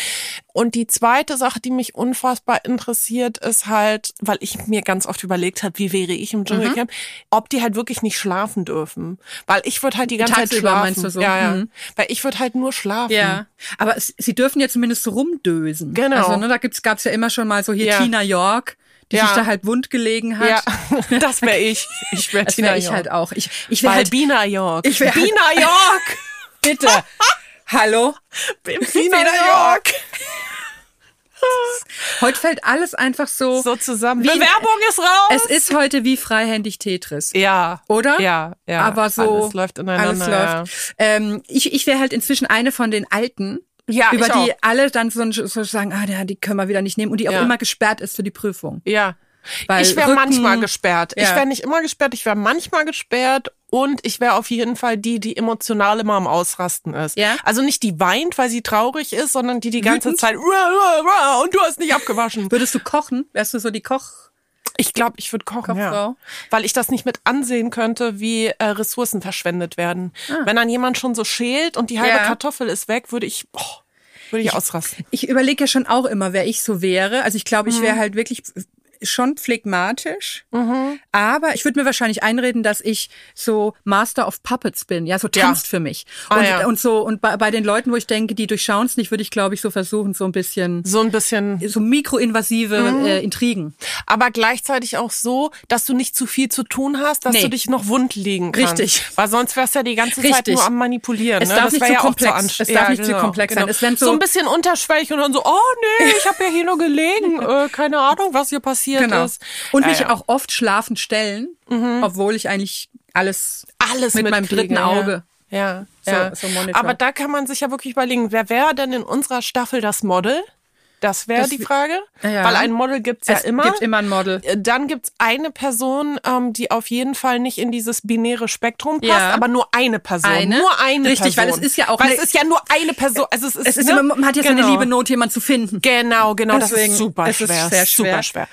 E: Und die zweite Sache, die mich unfassbar interessiert, ist halt, weil ich mir ganz oft überlegt habe, wie wäre ich im
A: Mhm.
E: Dschungelcamp, ob die halt wirklich nicht schlafen dürfen. Weil ich würde halt die ganze Zeit
A: Tagsüber
E: schlafen.
A: meinst du so?
E: Ja, ja.
A: Mhm.
E: Weil ich würde halt nur schlafen.
A: Ja, Hm. aber es, sie dürfen ja zumindest so rumdösen.
E: Genau.
A: Also, ne, da gibt's, gab's ja immer schon mal so hier
E: Ja.
A: Tina York, die
E: Ja.
A: sich da halt wund gelegen hat.
E: Ja, das wäre ich. Ich wäre
A: Das
E: Tina
A: wäre ich
E: York.
A: halt auch. Ich, ich
E: Weil
A: wäre halt,
E: Bina York.
A: Ich wär halt-
E: Bina York!
A: Bitte. Hallo?
E: Im Wiener York.
A: Heute fällt alles einfach so.
E: So zusammen.
A: Wie-
E: Bewerbung ist raus.
A: Es ist heute wie freihändig Tetris.
E: ja.
A: Oder?
E: Ja, ja.
A: Aber so.
E: Alles läuft ineinander.
A: Alles läuft. Ähm, ich ich wäre halt inzwischen eine von den Alten,
E: Ja,
A: über
E: ich
A: die
E: auch.
A: alle dann so, so sagen, ah, ja, die können wir wieder nicht nehmen und die auch
E: Ja.
A: immer gesperrt ist für die Prüfung.
E: Ja.
A: Weil
E: ich wäre
A: Rücken-
E: manchmal gesperrt. Ich
A: Ja.
E: wäre nicht immer gesperrt, ich wäre manchmal gesperrt und ich wäre auf jeden Fall die, die emotional immer am Ausrasten ist.
A: Ja.
E: Also nicht die weint, weil sie traurig ist, sondern die die ganze
A: Wütend?
E: Zeit "Ruah, ruah, ruah, und du hast nicht abgewaschen.
A: Würdest du kochen? Wärst du so die Koch?
E: Ich glaube, ich würde kochen, ja.
A: Kochfrau?
E: weil ich das nicht mit ansehen könnte, wie äh, Ressourcen verschwendet werden. Wenn dann jemand schon so schält und die halbe
A: Ah. Ja.
E: Kartoffel ist weg, würde ich, boah, würde ich, ausrasten.
A: Ich überlege ja schon auch immer, wer ich so wäre. Also ich glaube, ich
E: Mhm.
A: wäre halt wirklich schon phlegmatisch, aber ich würde mir wahrscheinlich einreden, dass ich so Master of Puppets bin, ja, so
E: Ja.
A: tanzt für mich.
E: Ah,
A: und,
E: ja.
A: und so und bei, bei den Leuten, wo ich denke, die durchschauen es nicht, würde ich glaube ich so versuchen, so ein bisschen
E: So ein bisschen
A: so mikroinvasive
E: Mhm.
A: äh, Intrigen.
E: aber gleichzeitig auch so, dass du nicht zu viel zu tun hast, dass
A: Nee.
E: du dich noch wund liegen kannst.
A: Richtig.
E: Weil sonst wärst du ja die ganze Zeit
A: Richtig.
E: nur am Manipulieren.
A: Es
E: ne?
A: darf
E: das
A: nicht
E: wär
A: zu
E: ja
A: komplex-
E: Auch zu anst-
A: es darf nicht zu komplex sein. Es werden so-
E: so ein bisschen unterschwellig und dann so, oh nee, ich habe ja hier nur gelegen. Äh, keine Ahnung, was hier passiert ist.
A: Genau. Und
E: ja, Ah,
A: mich
E: ja. Mhm.
A: auch oft schlafen stellen, obwohl ich eigentlich alles
E: alles
A: mit meinem
E: mitkriege,
A: dritten
E: ja.
A: Auge.
E: Ja,
A: So-
E: ja.
A: so Monitor.
E: aber da kann man sich ja wirklich überlegen, wer wäre denn in unserer Staffel das Model? Das wäre
A: Das
E: die
A: w-
E: Frage,
A: Ja.
E: weil ein Model gibt's ja
A: Es
E: immer. Äh,
A: gibt immer ein Model.
E: Dann gibt's eine Person, ähm, die auf jeden Fall nicht in dieses binäre Spektrum passt,
A: Ja.
E: aber nur eine Person.
A: Eine?
E: Nur eine
A: Richtig,
E: Person.
A: weil es ist ja auch
E: Weil
A: eine-
E: es ist ja nur eine Person. Also es ist,
A: Es ist
E: ne?
A: immer, man hat ja so eine
E: Genau.
A: liebe Not, jemanden zu finden.
E: Genau, genau, das
A: Deswegen,
E: ist super
A: es ist
E: schwer.
A: sehr
E: super
A: schwer.
E: schwer.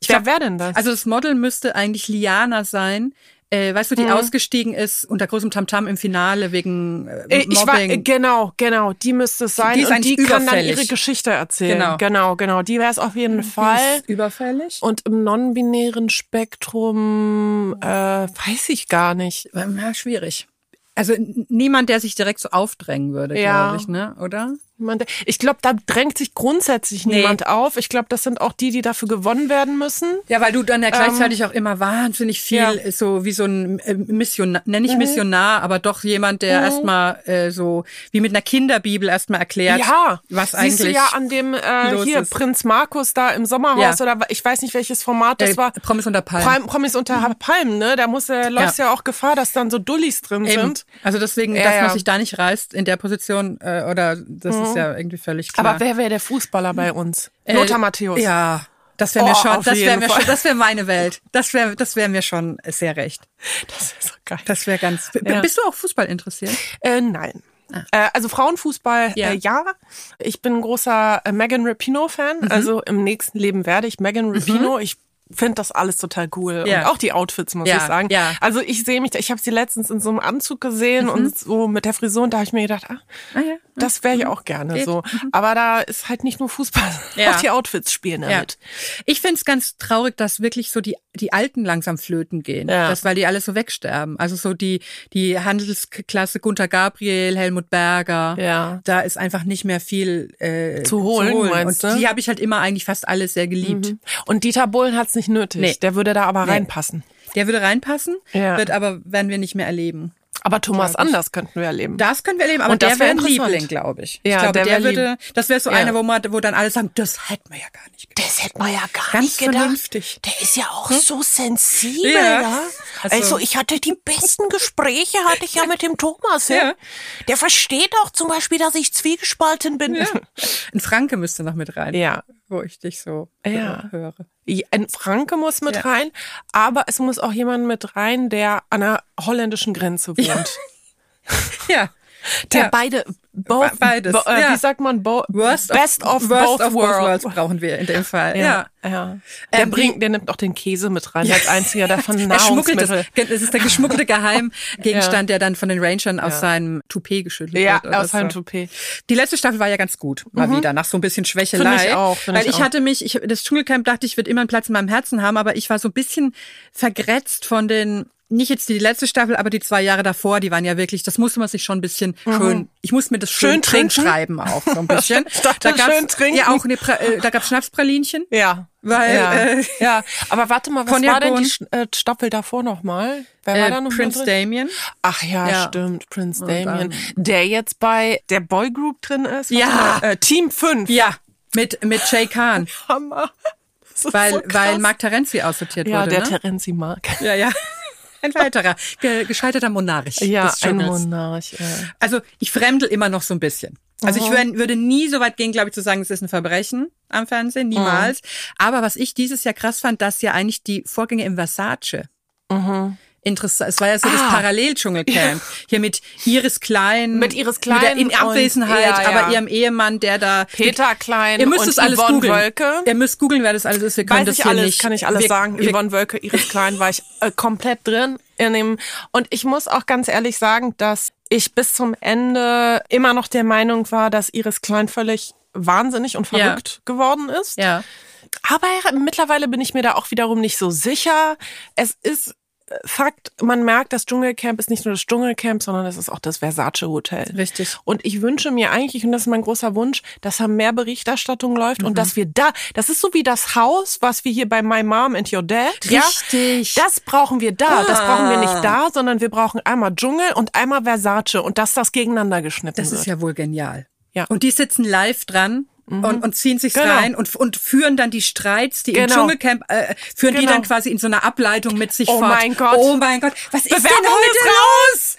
E: Ich
A: glaub,
E: wer wäre denn das?
A: Also das Model müsste eigentlich Liana sein. Äh, weißt du,
E: Mhm.
A: die ausgestiegen ist unter großem Tamtam im Finale wegen äh,
E: Ich war,
A: Mobbing.
E: genau, genau, die müsste es sein.
A: Die ist
E: und die
A: eigentlich
E: kann dann
A: überfällig.
E: ihre Geschichte erzählen. Genau,
A: Genau.
E: genau. genau. Die wäre es auf jeden Fall.
A: Ist überfällig?
E: Und im non-binären Spektrum äh, weiß ich gar nicht.
A: Ja, Äh, schwierig. Also n- niemand, der sich direkt so aufdrängen würde,
E: Ja.
A: glaube ich, ne? Oder?
E: Niemand- Ich glaube, da drängt sich grundsätzlich
A: Nee.
E: niemand auf. Ich glaube, das sind auch die, die dafür gewonnen werden müssen.
A: Ja, weil du dann ja gleichzeitig auch immer wahnsinnig viel
E: Ähm. ja. Mhm.
A: so wie so ein äh, Missionar, nenne ich Missionar, aber doch jemand, der erstmal äh, so wie mit einer Kinderbibel erstmal erklärt,
E: Ja,
A: was
E: siehst du
A: eigentlich
E: ja an dem äh,
A: los
E: hier
A: ist.
E: Prinz Markus da im Sommerhaus
A: Ja.
E: oder wa- ich weiß nicht welches Format das
A: äh,
E: war.
A: Promis unter Palmen. Mhm.
E: Prom- Promis unter Palmen, ne? Da muss äh, läuft ja.
A: Ja.
E: auch Gefahr, dass dann so Dullis drin
A: Eben.
E: sind.
A: Also deswegen,
E: Ja,
A: dass
E: ja. Mhm.
A: man sich da nicht reißt in der Position äh, oder das ist ja irgendwie völlig klar.
E: Aber wer wäre der Fußballer bei uns?
A: Äh,
E: Lothar Matthäus.
A: Ja. Das wäre
E: Oh,
A: mir
E: auf
A: schon, das wäre
E: jeden
A: mir
E: Fall.
A: schon, das wäre meine Welt. Das wäre, das wäre mir schon sehr recht.
E: Das ist so geil.
A: Das wäre ganz. B-
E: Ja.
A: Bist du auch Fußball interessiert?
E: Äh, nein. Äh, Also Frauenfußball, ja.
A: Ah. Ja.
E: Äh, ja. Ich bin ein großer äh, Megan Rapinoe-Fan.
A: Mhm.
E: Also im nächsten Leben werde ich Megan Rapinoe. Ich finde das alles total cool. Und
A: Ja.
E: auch die Outfits, muss
A: Ja,
E: ich sagen.
A: ja. Mhm.
E: Also ich sehe mich, da- ich habe sie letztens in so einem Anzug gesehen und so mit der Frisur und da habe ich mir gedacht, ah,
A: ja.
E: das wäre ich auch gerne
A: Mhm. Geht.
E: so. Aber da ist halt nicht nur Fußball,
A: Ja.
E: auch die Outfits spielen damit.
A: Ich find's ganz traurig, dass wirklich so die, die Alten langsam flöten gehen.
E: Ja.
A: Das, weil die alle so wegsterben. Also so die, die Handelsklasse Gunter Gabriel, Helmut Berger.
E: Ja.
A: Da ist einfach nicht mehr viel äh,
E: Zu holen, meinst
A: Und
E: du? Mhm.
A: die habe ich halt immer eigentlich fast alle sehr geliebt.
E: Und Dieter Bohlen hat's nicht nötig.
A: Nee.
E: Der würde da aber
A: Nee.
E: reinpassen.
A: Der würde reinpassen,
E: Ja.
A: wird aber werden wir nicht mehr erleben.
E: Aber Thomas Anders könnten wir erleben.
A: Das können wir erleben, aber
E: Und das
A: der
E: wär
A: wäre ein
E: interessant.
A: Liebling, glaube ich.
E: Ja,
A: ich glaube,
E: der
A: der,
E: wär
A: würde, das wäre so
E: Ja.
A: einer, wo man, wo dann alle sagen, das hätten wir ja gar nicht gedacht.
E: Das hätte man ja gar
A: Ganz
E: nicht gedacht.
A: vernünftig.
E: Der ist ja auch so sensibel.
A: Hm? Ja.
E: Ja. Also,
A: Also-
E: ich hatte die besten Gespräche, hatte ich ja mit dem Thomas. Ja.
A: Ja.
E: Der versteht auch zum Beispiel, dass ich zwiegespalten bin. Ja.
A: Ein Franke müsste noch mit rein,
E: Ja.
A: wo ich dich so
E: Ja.
A: höre.
E: Ein Franke muss mit
A: Ja.
E: rein, aber es muss auch jemand mit rein, der an der holländischen Grenze wohnt.
A: Ja.
E: Der
A: ja.
E: beide, both,
A: Be- beides,
E: Bo, äh,
A: ja.
E: Wie sagt man? Bo,
A: Worst
E: best
A: worst
E: of, both
A: of both
E: worlds.
A: worlds brauchen wir in dem Fall. Ja.
E: Ja, ja. Der
A: Ähm,
E: bringt, der nimmt auch den Käse mit rein als einziger davon
A: Er schmuggelt das.
E: Nahrungsmittel.
A: Das ist der geschmuggelte Geheimgegenstand, der dann von den Rangern aus seinem Toupet geschüttelt
E: Ja,
A: wird. oder
E: aus seinem
A: so.
E: Toupet.
A: Die letzte Staffel war ja ganz gut, mal wieder, nach so ein bisschen Schwächelei.
E: Mhm. Finde ich auch, finde
A: weil
E: ich
A: ich,
E: auch.
A: hatte mich, ich, das Dschungelcamp dachte ich, wird immer einen Platz in meinem Herzen haben, aber ich war so ein bisschen vergrätzt von den nicht jetzt die letzte Staffel, aber die zwei Jahre davor, die waren ja wirklich, das musste man sich schon ein bisschen schön, ich musste mir das schön,
E: Mhm. Schön trinken?
A: schreiben auch so ein bisschen.
E: Statt das schön trinken.
A: ja auch eine, Pra- äh, da gab's Schnapspralinchen.
E: Ja.
A: Weil,
E: ja.
A: äh,
E: ja, aber warte mal, was
A: Cognac
E: war denn die
A: und-
E: Sch- äh, Staffel davor nochmal? Wer war
A: Äh,
E: da noch mal
A: Prince
E: drin?
A: Damien.
E: Ach ja,
A: Ja.
E: stimmt, Prince
A: Und,
E: Damien, der jetzt bei der Boygroup drin ist. Warte
A: Ja.
E: mal, Äh, Team 5.
A: Ja, mit, mit Jay Khan,
E: Hammer. Das ist
A: weil,
E: so krass.
A: weil Mark Terenzi aussortiert
E: Ja,
A: wurde.
E: der
A: ne?
E: Terenzi Mark.
A: Ja, ja. Ein weiterer. Ge gescheiterter Monarch.
E: Ja,
A: des
E: ein
A: Dschungels.
E: Monarch. Äh.
A: Also ich fremdel immer noch so ein bisschen. Also ich würd, würde nie so weit gehen, glaube ich, zu sagen, es ist ein Verbrechen am Fernsehen, niemals.
E: Mhm.
A: Aber was ich dieses Jahr krass fand, dass ja eigentlich die Vorgänge im Versace. Interessant. Es war ja so das
E: Mhm. Ah.
A: Paralleldschungelcamp. Hier mit Iris Klein.
E: Mit Iris
A: die da
E: Klein
A: In
E: und-
A: Abwesenheit,
E: ja, ja.
A: aber ihrem Ehemann, der da.
E: Peter Klein
A: Ihr müsst
E: und
A: es alles
E: Yvonne
A: googeln.
E: Wölke.
A: Ihr müsst googeln, wer das alles ist. Wir können
E: Weiß
A: das
E: ich
A: hier
E: alles,
A: nicht.
E: kann ich alles
A: wir,
E: sagen.
A: Wir,
E: Yvonne Wölke, Iris Klein war ich äh, komplett drin in dem. Und ich muss auch ganz ehrlich sagen, dass ich bis zum Ende immer noch der Meinung war, dass Iris Klein völlig wahnsinnig und
A: Ja.
E: verrückt geworden ist.
A: ja.
E: Aber mittlerweile bin ich mir da auch wiederum nicht so sicher. Es ist äh, Fakt, man merkt, das Dschungelcamp ist nicht nur das Dschungelcamp, sondern es ist auch das Versace Hotel.
A: Richtig.
E: Und ich wünsche mir eigentlich, und das ist mein großer Wunsch, dass da mehr Berichterstattung läuft
A: Mhm.
E: und dass wir da, das ist so wie das Haus, was wir hier bei My Mom and Your Dad,
A: Richtig. Ah.
E: ja, das brauchen wir da, das brauchen wir nicht da, sondern wir brauchen einmal Dschungel und einmal Versace und dass das gegeneinander geschnitten
A: Das
E: wird.
A: ist ja wohl genial.
E: Ja. Mhm.
A: Und die sitzen live dran. Und, und ziehen sich's
E: Genau.
A: rein und, und führen dann die Streits, die im
E: Genau.
A: Dschungelcamp, äh, führen die
E: Genau.
A: dann quasi in so einer Ableitung mit sich
E: Oh
A: fort.
E: mein Gott.
A: Oh mein Gott. Was ist denn
E: Bewerbung
A: heute
E: ist
A: raus?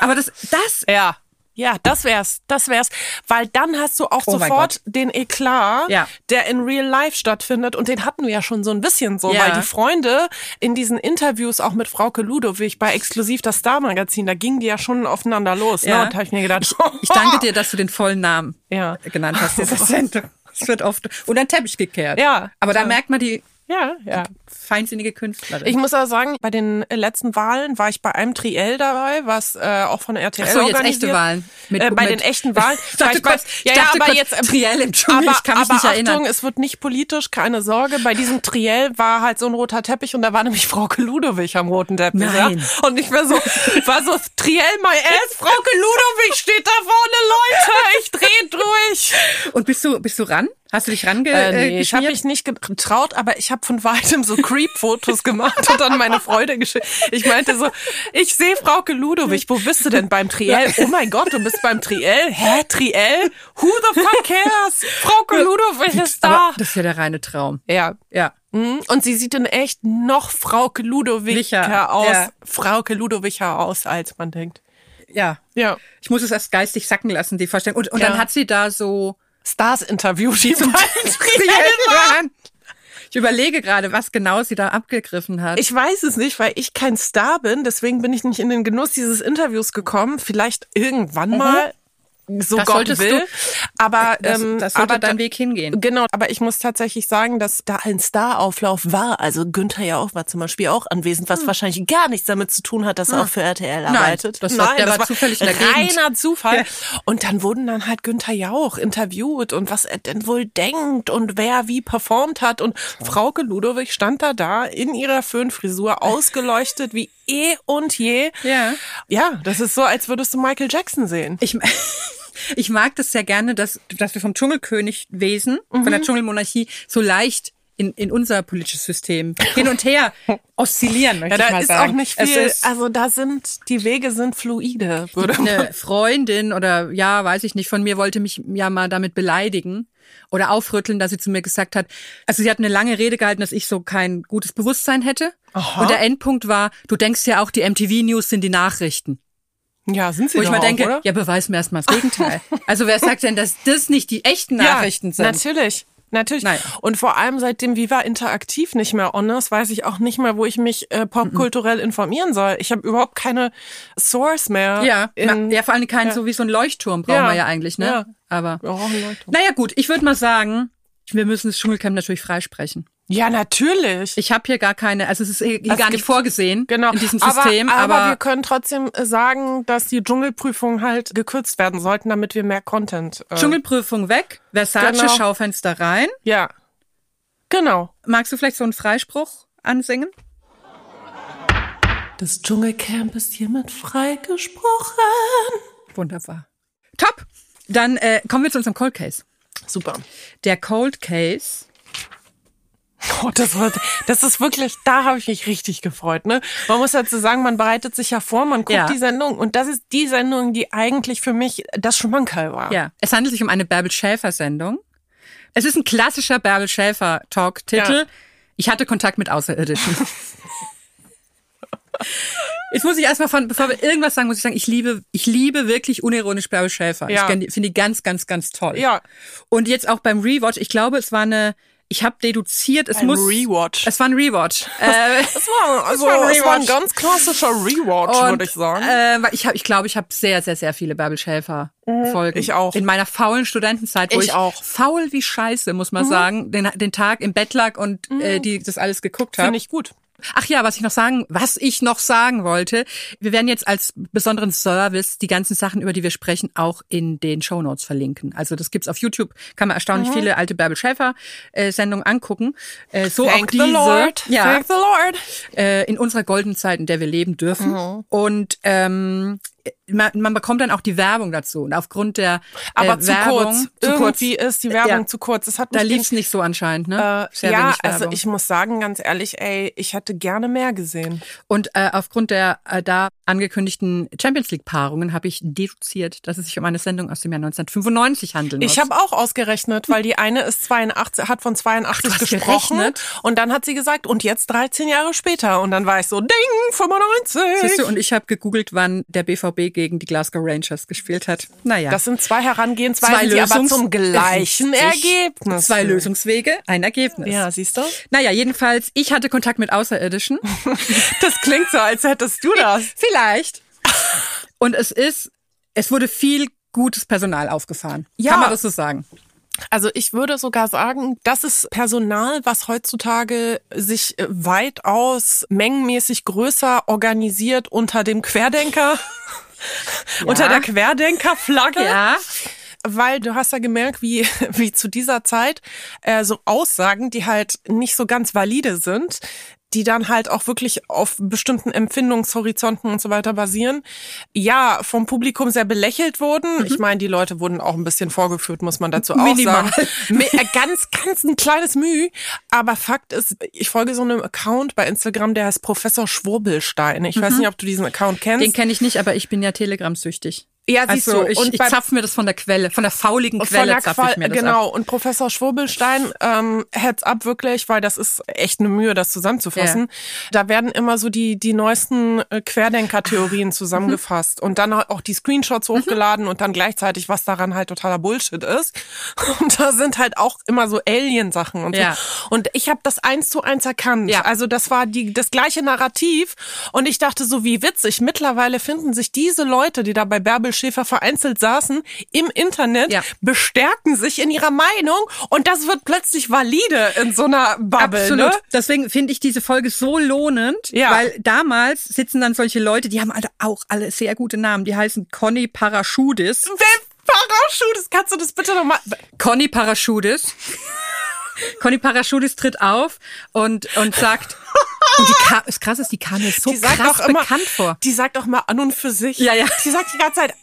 A: Aber das, das,
E: Ja. Ja, das wär's, das wär's. Weil dann hast du auch
A: Oh mein
E: sofort den Eklat,
A: Ja.
E: der in real life stattfindet. Und den hatten wir ja schon so ein bisschen so,
A: Ja.
E: weil die Freunde in diesen Interviews auch mit Frauke Ludowig bei Exklusiv das Star-Magazin, da gingen die ja schon aufeinander los.
A: Ja.
E: Ne? Und da habe ich mir gedacht,
A: ich danke dir, dass du den vollen Namen
E: Oh. Ja.
A: genannt hast, dieser Sendung. Es wird oft unter den Teppich gekehrt.
E: Ja.
A: Aber da merkt man die
E: Ja, ja.
A: feinsinnige Künstlerin.
E: Ich muss aber sagen, bei den letzten Wahlen war ich bei einem Triell dabei, was äh, auch von RTL
A: Ach so, jetzt
E: organisiert.
A: echte Wahlen. Mit-
E: äh, bei
A: mit-
E: den echten Wahlen.
A: Ich dachte
E: War bei-
A: kurz- ich dachte kurz,
E: äh,
A: Triell im Dschungel,
E: ähm, aber,
A: ich kann mich
E: aber
A: nicht
E: Achtung,
A: erinnern.
E: es wird nicht politisch, keine Sorge. Bei diesem Triell war halt so ein roter Teppich und da war nämlich Frauke Ludowig am roten Teppich.
A: Nein.
E: Ja? Und ich war so, war so, Triell my ass, Frauke Ludowig steht da vorne, Leute, ich dreh durch.
A: und bist du, bist du ran? Hast du dich range
E: Äh, nee,
A: äh,
E: ich habe
A: geschmiert?
E: mich nicht getraut, aber ich habe von weitem so Creep-Fotos gemacht und dann meine Freude geschickt. Ich meinte so, ich sehe Frauke Ludowig, wo bist du denn beim Triell? Oh mein Gott, du bist beim Triell? Hä, Triell? Who the fuck cares? Frauke Ludowig ist da.
A: Aber das ist ja der reine Traum.
E: Ja.
A: Ja.
E: Mhm. Und sie sieht in echt noch Frauke
A: Licher,
E: Ludowicher aus,
A: ja.
E: Frauke Ludowicher aus, als man denkt.
A: Ja.
E: Ja.
A: Ich muss es erst geistig sacken lassen, die Vorstellung. Und, und
E: Ja.
A: dann hat sie da so
E: Stars-Interview, die beim Triell war.
A: Triellen. Ich überlege gerade, was genau sie da abgegriffen hat.
E: Ich weiß es nicht, weil ich kein Star bin, deswegen bin ich nicht in den Genuss dieses Interviews gekommen. Vielleicht irgendwann mal, so
A: Mhm. Das
E: Gott
A: solltest
E: will.
A: du-
E: aber
A: das,
E: ähm,
A: das sollte
E: aber
A: dein
E: da-
A: Weg hingehen.
E: Genau, aber ich muss tatsächlich sagen, dass da ein Starauflauf war. Also Günther ja auch war zum Beispiel auch anwesend,
A: Hm.
E: was wahrscheinlich gar nichts damit zu tun hat, dass er auch für RTL arbeitet.
A: das war- der war zufällig in der Gegend.
E: reiner Zufall. Und dann wurden dann halt Günther Jauch interviewt und was er denn wohl denkt und wer wie performt hat. Und Frauke Ludowig stand da da in ihrer Föhnfrisur, ausgeleuchtet wie eh und je.
A: Ja.
E: Ja, das ist so, als würdest du Michael Jackson sehen.
A: Ich, ich mag das sehr gerne, dass, dass wir vom Dschungelkönigwesen, von
E: Mhm.
A: der Dschungelmonarchie so leicht in, in unser politisches System hin und her oszillieren, möchte
E: Ja, da
A: ich mal
E: ist
A: sagen.
E: auch nicht
A: Es
E: viel.
A: ist-
E: also da sind die Wege sind fluide, würde man
A: eine Freundin oder ja, weiß ich nicht, von mir wollte mich ja mal damit beleidigen oder aufrütteln, dass sie zu mir gesagt hat, also sie hat eine lange Rede gehalten, dass ich so kein gutes Bewusstsein hätte. Und der Endpunkt war, du denkst ja auch, die MTV News sind die Nachrichten.
E: Ja, sind sie
A: Wo ich
E: doch
A: mal
E: auch,
A: denke,
E: oder?
A: ja, beweis mir erstmal das Gegenteil. also wer sagt denn, dass das nicht die echten Nachrichten sind?
E: Natürlich. Natürlich.
A: Nein.
E: Und vor allem seitdem Viva Interaktiv nicht mehr on ist, weiß ich auch nicht mehr, wo ich mich äh, popkulturell informieren soll. Ich habe überhaupt keine Source mehr.
A: Ja,
E: in,
A: na, ja, vor allem keinen,
E: ja.
A: so wie so ein Leuchtturm brauchen
E: Ja,
A: wir ja eigentlich, ne?
E: ja.
A: Aber.
E: Wir brauchen einen Leuchtturm.
A: Naja, gut, ich würde mal sagen, wir müssen das Dschungelcamp natürlich freisprechen.
E: ja natürlich.
A: Ich habe hier gar keine, also es ist hier gar nicht
E: gibt-
A: vorgesehen
E: Genau.
A: in diesem System,
E: aber,
A: aber,
E: aber wir können trotzdem äh, sagen, dass die Dschungelprüfungen halt gekürzt werden sollten, damit wir mehr Content. Äh,
A: Dschungelprüfung weg, Versace
E: Genau.
A: Schaufenster rein.
E: Ja. Genau.
A: Magst du vielleicht so einen Freispruch ansingen?
E: Das Dschungelcamp ist jemand freigesprochen.
A: Wunderbar. Top! Dann äh, kommen wir zu unserem Cold Case.
E: Super.
A: Der Cold Case
E: Oh, das, wird, das ist wirklich, da habe ich mich richtig gefreut. Ne? Man muss dazu sagen, man bereitet sich ja vor, man guckt
A: Ja.
E: die Sendung. Und das ist die Sendung, die eigentlich für mich das Schmankerl war.
A: Ja, es handelt sich um eine Bärbel Schäfer-Sendung. Es ist ein klassischer Bärbel Schäfer-Talk-Titel.
E: Ja.
A: Ich hatte Kontakt mit Außerirdischen. Jetzt muss ich erstmal von, bevor wir irgendwas sagen, muss ich sagen, ich liebe, ich liebe wirklich unironisch Bärbel Schäfer.
E: Ja.
A: Ich kenn die- finde die ganz, ganz, ganz toll.
E: Ja.
A: Und jetzt auch beim Rewatch, ich glaube, es war eine, ich habe deduziert, es
E: Ein
A: muss.
E: Rewatch.
A: Es war ein Rewatch. Äh,
E: Das war, also,
A: war ein
E: das war ein
A: Rewatch.
E: ganz klassischer Rewatch,
A: Und,
E: würde ich sagen.
A: Äh, weil ich glaube, ich, glaube, ich habe sehr, sehr, sehr viele Bärbel Schäfer Folgen.
E: ich auch.
A: In meiner faulen Studentenzeit, wo
E: Ich
A: ich,
E: auch. Mhm.
A: faul wie Scheiße, muss man sagen, den, den Tag im Bett lag und äh, die das alles geguckt habe.
E: Finde Mhm. ich gut.
A: Ach ja, was ich noch sagen, was ich noch sagen wollte, wir werden jetzt als besonderen Service die ganzen Sachen, über die wir sprechen, auch in den Shownotes verlinken. Also das gibt's auf YouTube, kann man
E: Mhm.
A: erstaunlich viele alte Bärbel Schäfer äh, Sendungen angucken. Äh, so auch
E: Thank
A: diese.
E: the Lord.
A: Ja
E: Thank the Lord.
A: äh, in unserer goldenen Zeit, in der wir leben dürfen.
E: Mhm.
A: Und ähm, man, man bekommt dann auch die Werbung dazu. Und aufgrund der
E: Aber
A: äh,
E: zu
A: Werbung,
E: kurz.
A: zu kurz, Äh,
E: Irgendwie ist die Werbung
A: Ja.
E: zu kurz. Das hat
A: da
E: mich
A: lief's nicht so anscheinend, ne?
E: Äh, ja,
A: wenig
E: also
A: Werbung.
E: ich muss sagen, ganz ehrlich, ey, ich hätte gerne mehr gesehen.
A: Und äh, aufgrund der äh, da angekündigten Champions League Paarungen habe ich deduziert, dass es sich um eine Sendung aus dem Jahr 1995 handeln muss.
E: Ich habe auch ausgerechnet, weil die eine ist 82, hat von 82
A: hast
E: gesprochen
A: gerechnet?
E: und dann hat sie gesagt und jetzt 13 Jahre später und dann war ich so Ding 95.
A: Siehst du, und ich habe gegoogelt, wann der BVB gegen die Glasgow Rangers gespielt hat. Naja.
E: das sind zwei Herangehensweisen, die aber
A: Lösungs-
E: zum gleichen
A: Richtig.
E: Ergebnis.
A: Zwei
E: führen.
A: Lösungswege, ein Ergebnis.
E: Ja, siehst du?
A: Naja, jedenfalls, ich hatte Kontakt mit Außerirdischen.
E: Das klingt so, als hättest du das.
A: Vielleicht. Und es ist, es wurde viel gutes Personal aufgefahren.
E: Ja.
A: Kann man das so sagen?
E: Also ich würde sogar sagen, das ist Personal, was heutzutage sich äh, weitaus mengenmäßig größer organisiert unter dem Querdenker, unter der Querdenkerflagge. Weil du hast ja gemerkt, wie, wie zu dieser Zeit äh, so Aussagen, die halt nicht so ganz valide sind, die dann halt auch wirklich auf bestimmten Empfindungshorizonten und so weiter basieren, ja, vom Publikum sehr belächelt
A: Mhm.
E: wurden. Ich meine, die Leute wurden auch ein bisschen vorgeführt, muss man dazu auch
A: Minimal.
E: sagen. Mi- äh, Ganz, ganz ein kleines Mühe. Aber Fakt ist, ich folge so einem Account bei Instagram, der heißt Professor Schwurbelstein. Ich weiß nicht, ob du diesen Account kennst.
A: Mhm. Den kenne ich nicht, aber ich bin ja Telegram-süchtig.
E: Ja, siehst
A: also
E: du,
A: Ich,
E: und
A: ich
E: beim-
A: zapf mir das von der Quelle, von der fauligen
E: von
A: Quelle
E: der
A: zapf
E: Qual-
A: ich mir das ab.
E: Genau, und Professor Schwurbelstein, ähm, heads up wirklich, weil das ist echt eine Mühe, das zusammenzufassen. Da werden immer so die, die neuesten äh,
A: Ah.
E: Querdenker-Theorien zusammengefasst und dann auch die
A: Mhm.
E: Screenshots hochgeladen und dann gleichzeitig, was daran halt totaler Bullshit ist. Und da sind halt auch immer so Alien-Sachen und
A: Ja.
E: so. Und ich habe das eins zu eins erkannt.
A: Ja.
E: Also das war die, das gleiche Narrativ und ich dachte so, wie witzig. Mittlerweile finden sich diese Leute, die da bei Bärbel Schäfer vereinzelt saßen, im Internet
A: Ja.
E: bestärken sich in ihrer Meinung und das wird plötzlich valide in so einer Bubble.
A: Absolut.
E: Ne?
A: Deswegen finde ich diese Folge so lohnend,
E: Ja.
A: weil damals sitzen dann solche Leute, die haben alle auch alle sehr gute Namen. Die heißen Conny Parachudis.
E: Wer Parachutes, kannst du das bitte nochmal?
A: Conny Parachudis. Conny Parachudis tritt auf und, und sagt, und die Ka das krass ist, die kam mir so
E: Die sagt
A: krass
E: auch immer,
A: bekannt vor.
E: die sagt auch mal an und für sich.
A: Ja, ja.
E: Die sagt die ganze Zeit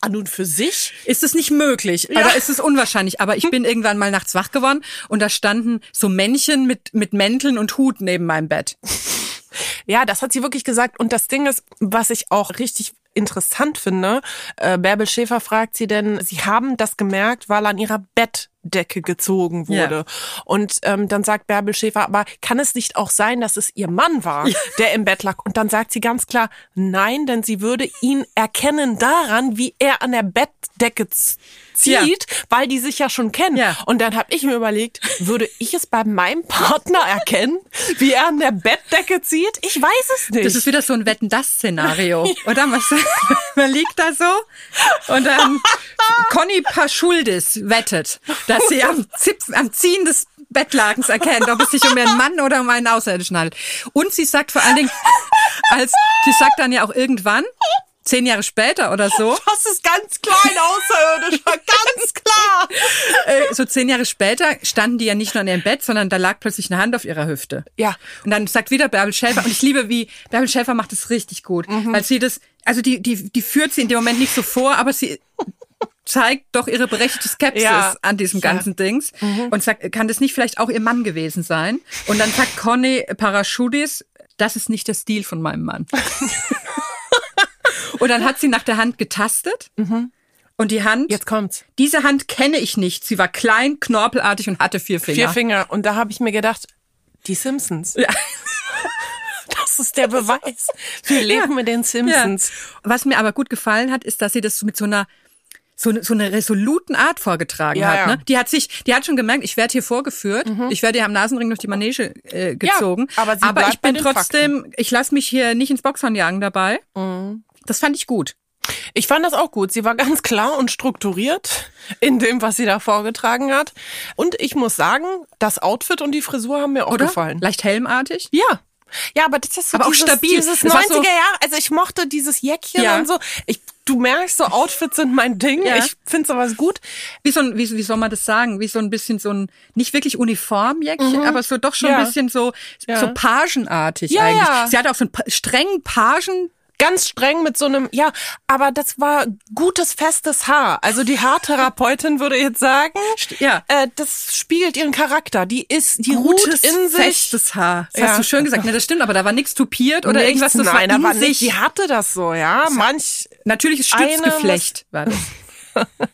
E: an und für sich.
A: Ist es nicht möglich oder ist es unwahrscheinlich? Aber ich bin irgendwann mal nachts wach geworden und da standen so Männchen mit, mit Mänteln und Hut neben meinem Bett.
E: Ja, das hat sie wirklich gesagt. Und das Ding ist, was ich auch richtig interessant finde, äh, Bärbel Schäfer fragt sie denn, sie haben das gemerkt, weil an ihrer Bettdecke gezogen
A: Ja.
E: wurde. Und ähm, dann sagt Bärbel Schäfer, aber kann es nicht auch sein, dass es ihr Mann war, der im Bett lag? Und dann sagt sie ganz klar, nein, denn sie würde ihn erkennen daran, wie er an der Bettdecke z-
A: Ja.
E: zieht, weil die sich ja schon kennen.
A: Ja.
E: Und dann habe ich mir überlegt, würde ich es bei meinem Partner erkennen, wie er an der Bettdecke zieht? Ich weiß es nicht.
A: Das ist wieder so ein Wetten-Das-Szenario, oder? Man, man liegt da so und dann Conny Paschuldis wettet, dass sie am, Zipf, am Ziehen des Bettlakens erkennt, ob es sich um ihren Mann oder um einen Außerirdischen handelt. Und sie sagt vor allen Dingen, als sie sagt dann ja auch irgendwann, zehn Jahre später oder so,
E: Das ist ganz klein außerirdisch, war ganz klar.
A: äh, so zehn Jahre später standen die ja nicht nur an ihrem Bett, sondern da lag plötzlich eine Hand auf ihrer Hüfte.
E: Ja.
A: Und dann sagt wieder Bärbel Schäfer, und ich liebe, wie Bärbel Schäfer macht es richtig gut,
E: Mhm.
A: weil sie das, also die, die, die führt sie in dem Moment nicht so vor, aber sie zeigt doch ihre berechtigte Skepsis
E: Ja.
A: an diesem
E: Ja. Mhm.
A: ganzen Dings und sagt, kann das nicht vielleicht auch ihr Mann gewesen sein? Und dann sagt Conny Parashudis, das ist nicht der Stil von meinem Mann. und dann hat sie nach der Hand getastet und die Hand,
E: Mhm. Jetzt kommt's.
A: diese Hand kenne ich nicht. Sie war klein, knorpelartig und hatte vier Finger.
E: Vier Finger. Und da habe ich mir gedacht, die Simpsons.
A: Ja.
E: Das ist der Beweis. Wir leben mit den Simpsons.
A: Ja. Was mir aber gut gefallen hat, ist, dass sie das so mit so einer so, ne, so eine resoluten Art vorgetragen
E: Ja,
A: hat.
E: ja. Mhm.
A: Ne? Die hat sich, die hat schon gemerkt, ich werde hier vorgeführt, ich werde hier am Nasenring durch die Manege äh, gezogen.
E: aber sie bleibt
A: ich bin
E: bei den
A: trotzdem, ich lasse mich hier nicht ins Boxhorn jagen dabei.
E: Mhm.
A: Das fand ich gut.
E: Ich fand das auch gut. Sie war ganz klar und strukturiert in dem, was sie da vorgetragen hat. Und ich muss sagen, das Outfit und die Frisur haben mir auch
A: Oder?
E: gefallen.
A: Leicht helmartig.
E: Ja. Ja, aber das ist so
A: Aber auch
E: dieses,
A: stabil.
E: dieses
A: Das
E: 90er
A: war so-
E: Jahre. Also ich mochte dieses Jäckchen
A: Ja.
E: und so. Ich, du merkst, so Outfits sind mein Ding.
A: Ja.
E: Ich finde sowas gut.
A: Wie so ein, wie, wie soll man das sagen? Wie so ein bisschen so ein, nicht wirklich Uniformjäckchen, aber so doch schon
E: Mhm. Ja.
A: ein bisschen so, so pagenartig
E: Ja,
A: eigentlich.
E: ja.
A: Sie hatte auch so einen pa- strengen Pagen
E: Ganz streng mit so einem, ja, aber das war gutes, festes Haar. Also die Haartherapeutin würde jetzt sagen,
A: ja.
E: äh, das spiegelt ihren Charakter. Die ist, die
A: gutes,
E: ruht in sich.
A: festes Haar. Das
E: Ja.
A: hast du schön gesagt. Ne, das stimmt, aber da war nichts tupiert oder
E: Nichts,
A: irgendwas. Das
E: nein,
A: war in
E: aber
A: sich.
E: nicht. Die hatte das so, ja. Manch,
A: Natürliches
E: Eine muss-
A: Stützgeflecht war das.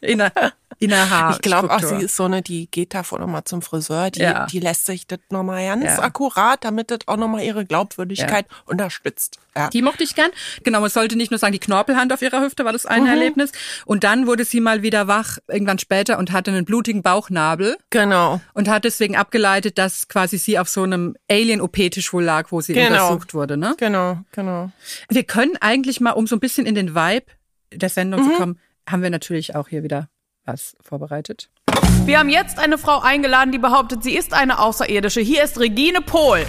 A: In der, in der Haar.
E: ich glaube auch, sie ist so eine, die geht davor nochmal zum Friseur, die,
A: Ja.
E: die lässt sich das nochmal ganz
A: Ja.
E: akkurat, damit das auch nochmal ihre Glaubwürdigkeit unterstützt. Ja.
A: Die mochte ich gern. Genau, es sollte nicht nur sagen, die Knorpelhand auf ihrer Hüfte war das
E: Mhm.
A: eine Erlebnis. Und dann wurde sie mal wieder wach, irgendwann später, und hatte einen blutigen Bauchnabel
E: Genau.
A: und hat deswegen abgeleitet, dass quasi sie auf so einem Alien-OP-Tisch wohl lag, wo sie
E: Genau.
A: untersucht wurde. Ne?
E: Genau, genau.
A: Wir können eigentlich mal, um so ein bisschen in den Vibe der Sendung zu kommen, haben wir natürlich auch hier wieder was vorbereitet.
H: Wir haben jetzt eine Frau eingeladen, die behauptet, sie ist eine Außerirdische. Hier ist Regine Pohl.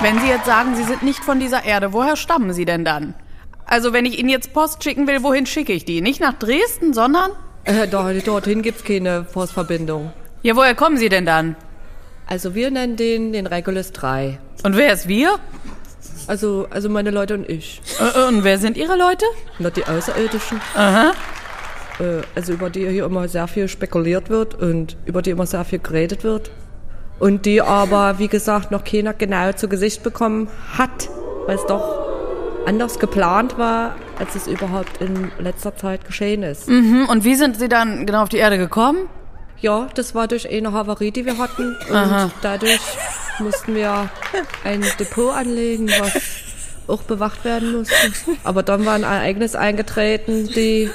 H: Wenn Sie jetzt sagen, Sie sind nicht von dieser Erde, woher stammen Sie denn dann? Also, wenn ich Ihnen jetzt Post schicken will, wohin schicke ich die? Nicht nach Dresden, sondern?
I: Äh, dort, dorthin gibt's keine Postverbindung.
H: Ja, woher kommen Sie denn dann?
I: Also wir nennen den den Regulus 3.
H: Und wer ist wir?
I: Also, also meine Leute und ich.
H: Äh, Und wer sind Ihre Leute?
I: Not die Außerirdischen. Aha. Äh, also über die hier immer sehr viel spekuliert wird und über die immer sehr viel geredet wird. Und die aber, wie gesagt, noch keiner genau zu Gesicht bekommen hat, weil es doch anders geplant war, als es überhaupt in letzter Zeit geschehen ist.
H: Hm, Und wie sind Sie dann genau auf die Erde gekommen?
I: Ja, das war durch eine Havarie, die wir hatten. Und dadurch mussten wir ein Depot anlegen, was auch bewacht werden musste. Aber dann war ein Ereignis eingetreten, die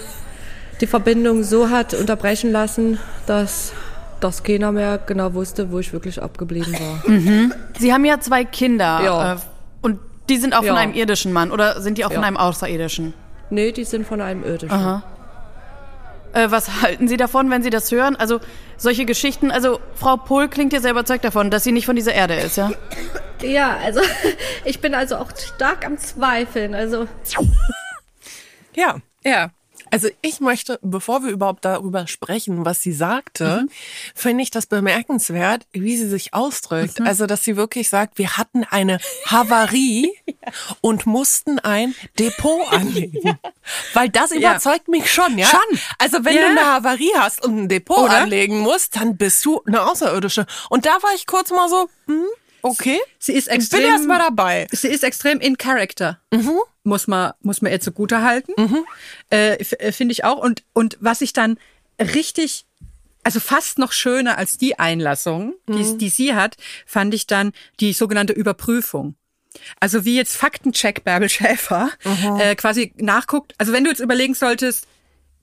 I: die Verbindung so hat unterbrechen lassen, dass das keiner mehr genau wusste, wo ich wirklich abgeblieben war.
H: Sie haben ja zwei Kinder.
I: Ja.
H: äh, Und die sind auch von
I: Ja.
H: einem irdischen Mann oder sind die auch von
I: Ja.
H: einem außerirdischen?
I: Nee, die sind von einem irdischen.
H: Äh, was halten Sie davon, wenn Sie das hören? Also solche Geschichten, also Frau Pohl klingt ja sehr überzeugt davon, dass sie nicht von dieser Erde ist, ja?
J: Ja, also ich bin also auch stark am Zweifeln. Also
E: Ja.
A: Ja.
E: Also ich möchte, bevor wir überhaupt darüber sprechen, was sie sagte, finde ich das bemerkenswert, wie sie sich ausdrückt. Also, dass sie wirklich sagt, wir hatten eine Havarie und mussten ein Depot anlegen. Weil das überzeugt mich schon, ja?
A: Schon.
E: Also, wenn
A: Ja.
E: du eine Havarie hast und ein Depot
A: Oder?
E: anlegen musst, dann bist du eine Außerirdische. Und da war ich kurz mal so, hm, okay.
A: Sie ist
E: Ich bin
A: extrem.
E: erst mal dabei. Mhm.
A: Sie ist extrem in Character. Muss man, muss man ihr zugute halten. Äh, f- äh, Finde ich auch. Und, und was ich dann richtig, also fast noch schöner als die Einlassung,
E: Mhm.
A: die, die sie hat, fand ich dann die sogenannte Überprüfung. Also wie jetzt Faktencheck Bärbel Schäfer
E: Mhm.
A: äh, quasi nachguckt. Also wenn du jetzt überlegen solltest,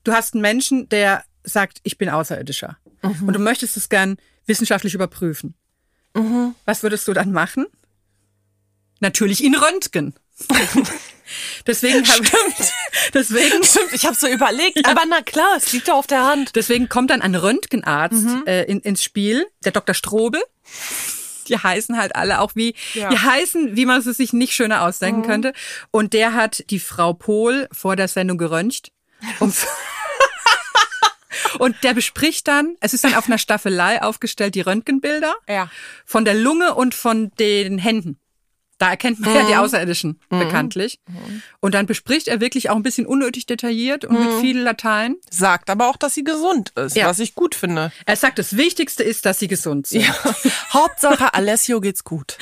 A: du hast einen Menschen, der sagt, ich bin Außerirdischer.
E: Mhm.
A: Und du möchtest es gern wissenschaftlich überprüfen.
E: Mhm.
A: Was würdest du dann machen? Natürlich ihn röntgen. deswegen, hab, deswegen,
E: Stimmt, ich habe so überlegt, aber na klar, es liegt doch auf der Hand.
A: deswegen kommt dann ein Röntgenarzt äh, in, ins Spiel, der Dr. Strobel. die heißen halt alle auch wie, die heißen, wie man es sich nicht schöner ausdenken könnte. Und der hat die Frau Pohl vor der Sendung geröntgt. Um Und der bespricht dann, es ist dann auf einer Staffelei aufgestellt, die Röntgenbilder
E: Ja.
A: von der Lunge und von den Händen. Da erkennt man ja die Außerirdischen bekanntlich. Und dann bespricht er wirklich auch ein bisschen unnötig detailliert und mit viel Latein.
E: Sagt aber auch, dass sie gesund ist,
A: Ja.
E: was ich gut finde.
A: Er sagt, das Wichtigste ist, dass sie gesund sind. Ja,
E: Hauptsache Alessio geht's gut.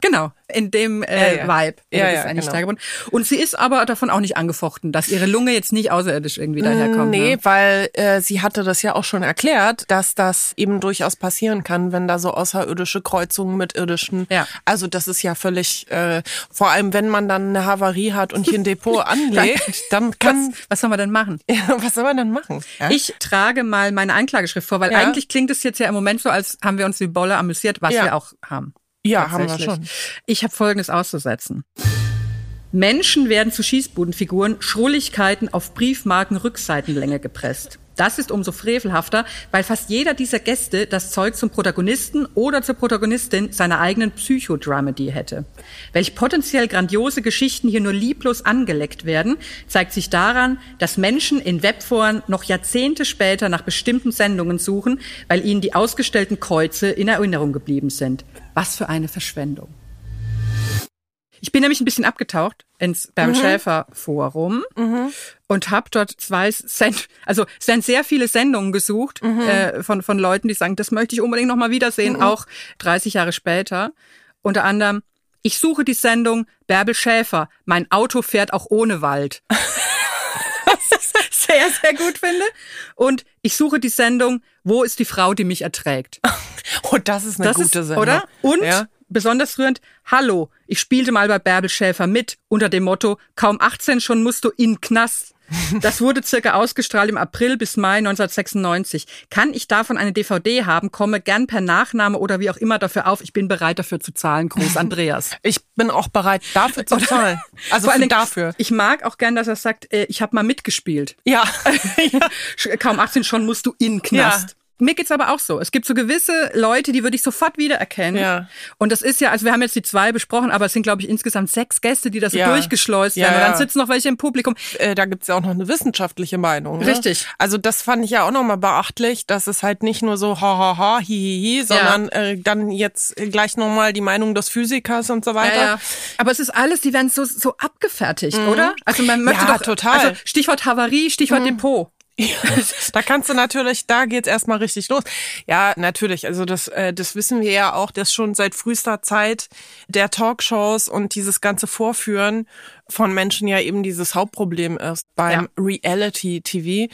A: genau. In dem äh,
E: Ja, ja.
A: Vibe
E: Ja,
A: ist
E: ja,
A: eigentlich
E: genau.
A: da gebunden. Und sie ist aber davon auch nicht angefochten, dass ihre Lunge jetzt nicht außerirdisch irgendwie daherkommt.
E: Nee,
A: Ne?
E: weil äh, sie hatte das ja auch schon erklärt, dass das eben durchaus passieren kann, wenn da so außerirdische Kreuzungen mit irdischen.
A: Ja.
E: Also das ist ja völlig, äh, vor allem wenn man dann eine Havarie hat und hier ein Depot anlegt, dann kann,
A: Was, was soll man denn machen?
E: ja, was soll man dann machen? Ja?
A: Ich trage mal meine Anklageschrift vor, weil
E: Ja.
A: eigentlich klingt es jetzt ja im Moment so, als haben wir uns wie Bolle amüsiert, was
E: Ja.
A: wir auch haben.
E: ja, haben wir
A: Tatsächlich.
E: schon.
A: Ich habe Folgendes auszusetzen. Menschen werden zu Schießbudenfiguren, Schrulligkeiten auf Briefmarken Rückseitenlänge gepresst. Das ist umso frevelhafter, weil fast jeder dieser Gäste das Zeug zum Protagonisten oder zur Protagonistin seiner eigenen Psychodramedy hätte. Welch potenziell grandiose Geschichten hier nur lieblos angeleckt werden, zeigt sich daran, dass Menschen in Webforen noch Jahrzehnte später nach bestimmten Sendungen suchen, weil ihnen die ausgestellten Kreuze in Erinnerung geblieben sind. Was für eine Verschwendung. Ich bin nämlich ein bisschen abgetaucht ins Bam Schäfer Forum und habe dort zwei Send also es werden sehr viele Sendungen gesucht äh, von von Leuten, die sagen, das möchte ich unbedingt noch mal wiedersehen, auch 30 Jahre später. Unter anderem ich suche die Sendung Bärbel Schäfer. Mein Auto fährt auch ohne Wald. Was ich sehr, sehr gut finde. Und ich suche die Sendung Wo ist die Frau, die mich erträgt?
E: Oh, das ist eine
A: das
E: gute
A: ist,
E: Sendung.
A: Oder? Und
E: Ja.
A: besonders rührend, hallo, ich spielte mal bei Bärbel Schäfer mit unter dem Motto, kaum 18 schon musst du in Knast. Das wurde circa ausgestrahlt im April bis Mai 1996. Kann ich davon eine DVD haben? Komme gern per Nachname oder wie auch immer dafür auf. Ich bin bereit dafür zu zahlen. Gruß Andreas.
E: Ich bin auch bereit, dafür zu zahlen. Also
A: Vor allen Dingen,
E: für dafür.
A: Ich mag auch gern, dass er sagt, äh, ich habe mal mitgespielt.
E: Ja.
A: Sch- Kaum 18 schon musst du in den Knast.
E: Ja.
A: Mir geht's aber auch so. Es gibt so gewisse Leute, die würde ich sofort wiedererkennen.
E: Ja.
A: Und das ist ja, also wir haben jetzt die zwei besprochen, aber es sind, glaube ich, insgesamt sechs Gäste, die da so
E: Ja.
A: durchgeschleust
E: Ja,
A: werden. Und
E: ja.
A: dann sitzen noch welche im Publikum.
E: äh, da gibt's ja auch noch eine wissenschaftliche Meinung. Ne?
A: Richtig.
E: Also das fand ich ja auch nochmal beachtlich, dass es halt nicht nur so ha ha ha hi hi hi, sondern äh, dann jetzt gleich nochmal die Meinung des Physikers und so weiter. Mhm.
A: Ja, ja. Aber es ist alles, die werden so, so abgefertigt, oder? Also man möchte
E: Ja,
A: doch,
E: total. Mhm.
A: also Stichwort Havarie, Stichwort Depot.
E: da kannst du natürlich, da geht's erstmal richtig los. Ja, natürlich. Also das, äh, das wissen wir ja auch, dass schon seit frühester Zeit der Talkshows und dieses ganze Vorführen von Menschen ja eben dieses Hauptproblem ist beim Reality-TV.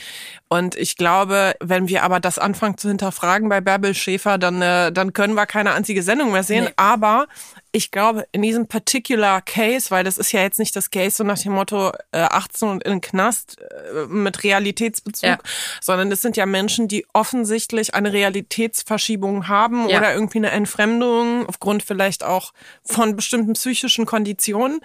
E: Und ich glaube, wenn wir aber das anfangen zu hinterfragen bei Bärbel Schäfer, dann, äh, dann können wir keine einzige Sendung mehr sehen. Aber ich glaube, in diesem particular Case, weil das ist ja jetzt nicht das Case so nach dem Motto äh, 18 und in den Knast äh, mit Realitätsbezug,
A: Ja.
E: sondern es sind ja Menschen, die offensichtlich eine Realitätsverschiebung haben
A: Ja.
E: oder irgendwie eine Entfremdung aufgrund vielleicht auch von bestimmten psychischen Konditionen